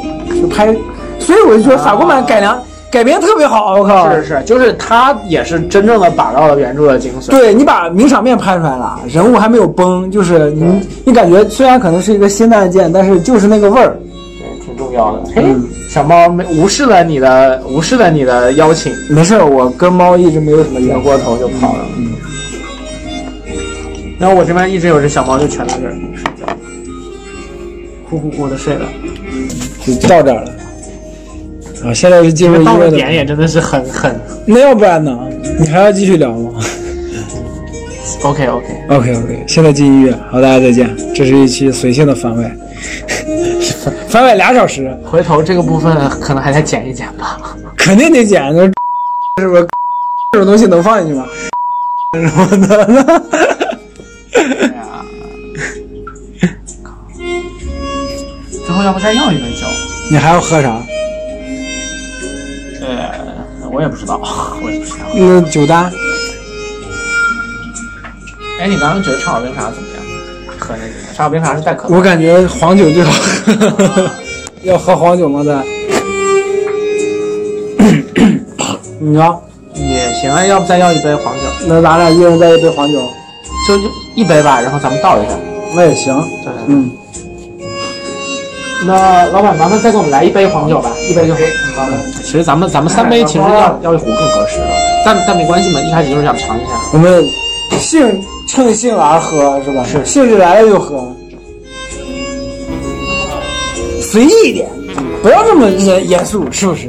就拍，所以我就觉得法国版改良、改编特别好，我靠！啊是啊是，就是他也是真正的把到了原著的精髓。对你把名场面拍出来了，人物还没有崩，就是你你感觉虽然可能是一个新的案件，但是就是那个味儿，对，挺重要的。嘿，小猫没无视了你的无视了你的邀请，没事儿，我跟猫一直没有什么扭缘过头就跑了。嗯。然后我这边一直有只小猫，就蜷在这儿睡觉，呼呼呼的睡了。就到这儿了。啊，现在是进入到音乐的的点也真的是很很那要不然呢？你还要继续聊吗 OK OK， ？OK OK，现在进音乐，好，大家再见。这是一期随性的番外， 番外俩小时，回头这个部分可能还得剪一剪吧。肯定得剪。那是 不是这种东西能放进去吗？ 什么的 呢？啊最后要不再要一杯酒？你还要喝啥？呃，我也不知道，我也不知道。那嗯酒单哎，你刚刚觉得上好冰茶怎么样？喝那个上好冰茶是带可乐我感觉黄酒 最好喝，要喝黄酒吗？咱，你说，也行啊，要不再要一杯黄酒？那咱俩一人再一杯黄酒，就就一杯吧，然后咱们倒一下。那也行。对，嗯，那老板麻烦再给我们来一杯黄酒吧，一杯就好。好的。其实咱们咱们三哎杯其实啊要要一壶更合适了，啊但但没关系嘛，一开始就是想尝一下。我们兴趁兴而喝是吧？是，兴致来了就喝，随意一点，不要这么严严肃，是不是？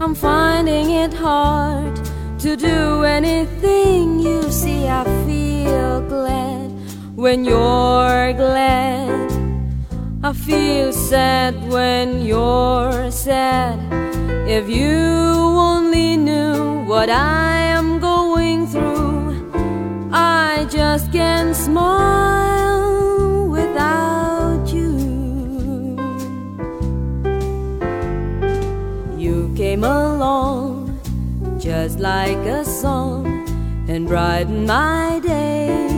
I'm finding it hard to do anything. You see, I feel glad when you're glad. I feel sad when you're sad. If you only knew what I am going through. I just can't smile without you. You came along just like a song and brightened my day.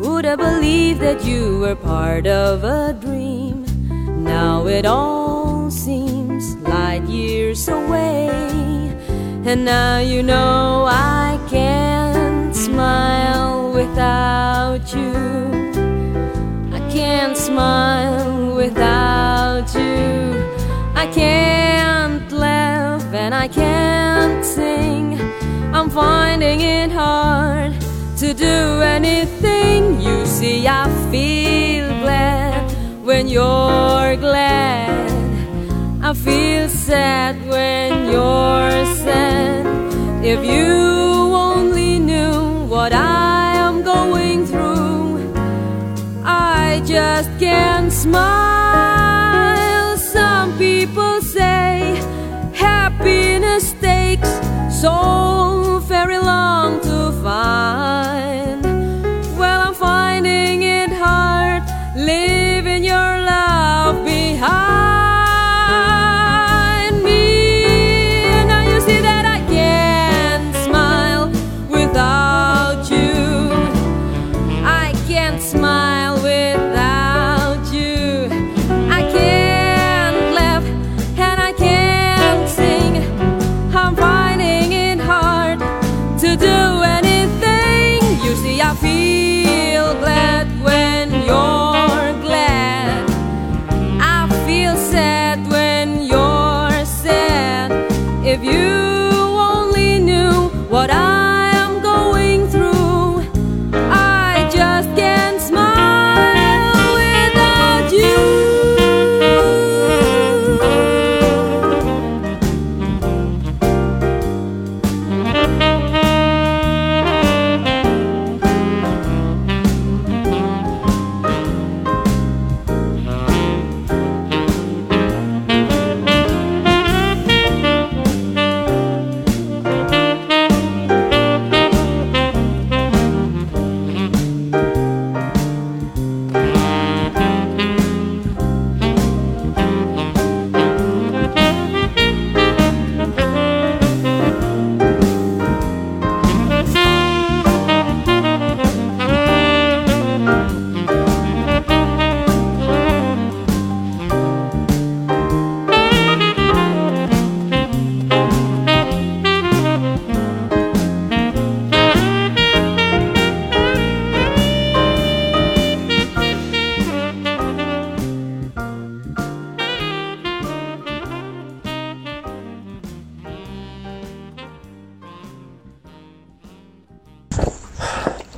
Would I believe that you were part of a dream? Now it all seems light years away. And now you know I can't smile without you. I can't smile without you. I can't laugh and I can't sing. I'm finding it hard to do anything. You see, I feel glad when you're glad. I feel sad when you're sad. If you only knew what I am going through, I just can't smile. Some people say happiness takes so very long to find. Well, I'm finding it hard leaving your love behind me. Now you see that I can't smile.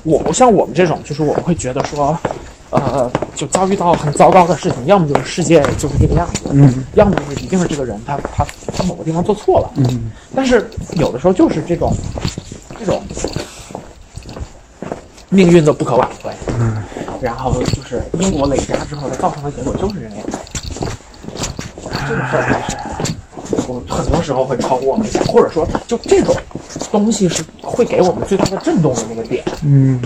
我像我们这种，就是我们会觉得说，呃，就遭遇到很糟糕的事情，要么就是世界就是这个样子，嗯要么就是一定是这个人他他他某个地方做错了，嗯但是有的时候就是这种这种命运的不可挽回，嗯，然后就是因果累加之后，它造成的结果就是这个样子。这个事儿还是我很多时候会超过我们想，或者说就这种东西是会给我们最大的震动的那个点。嗯，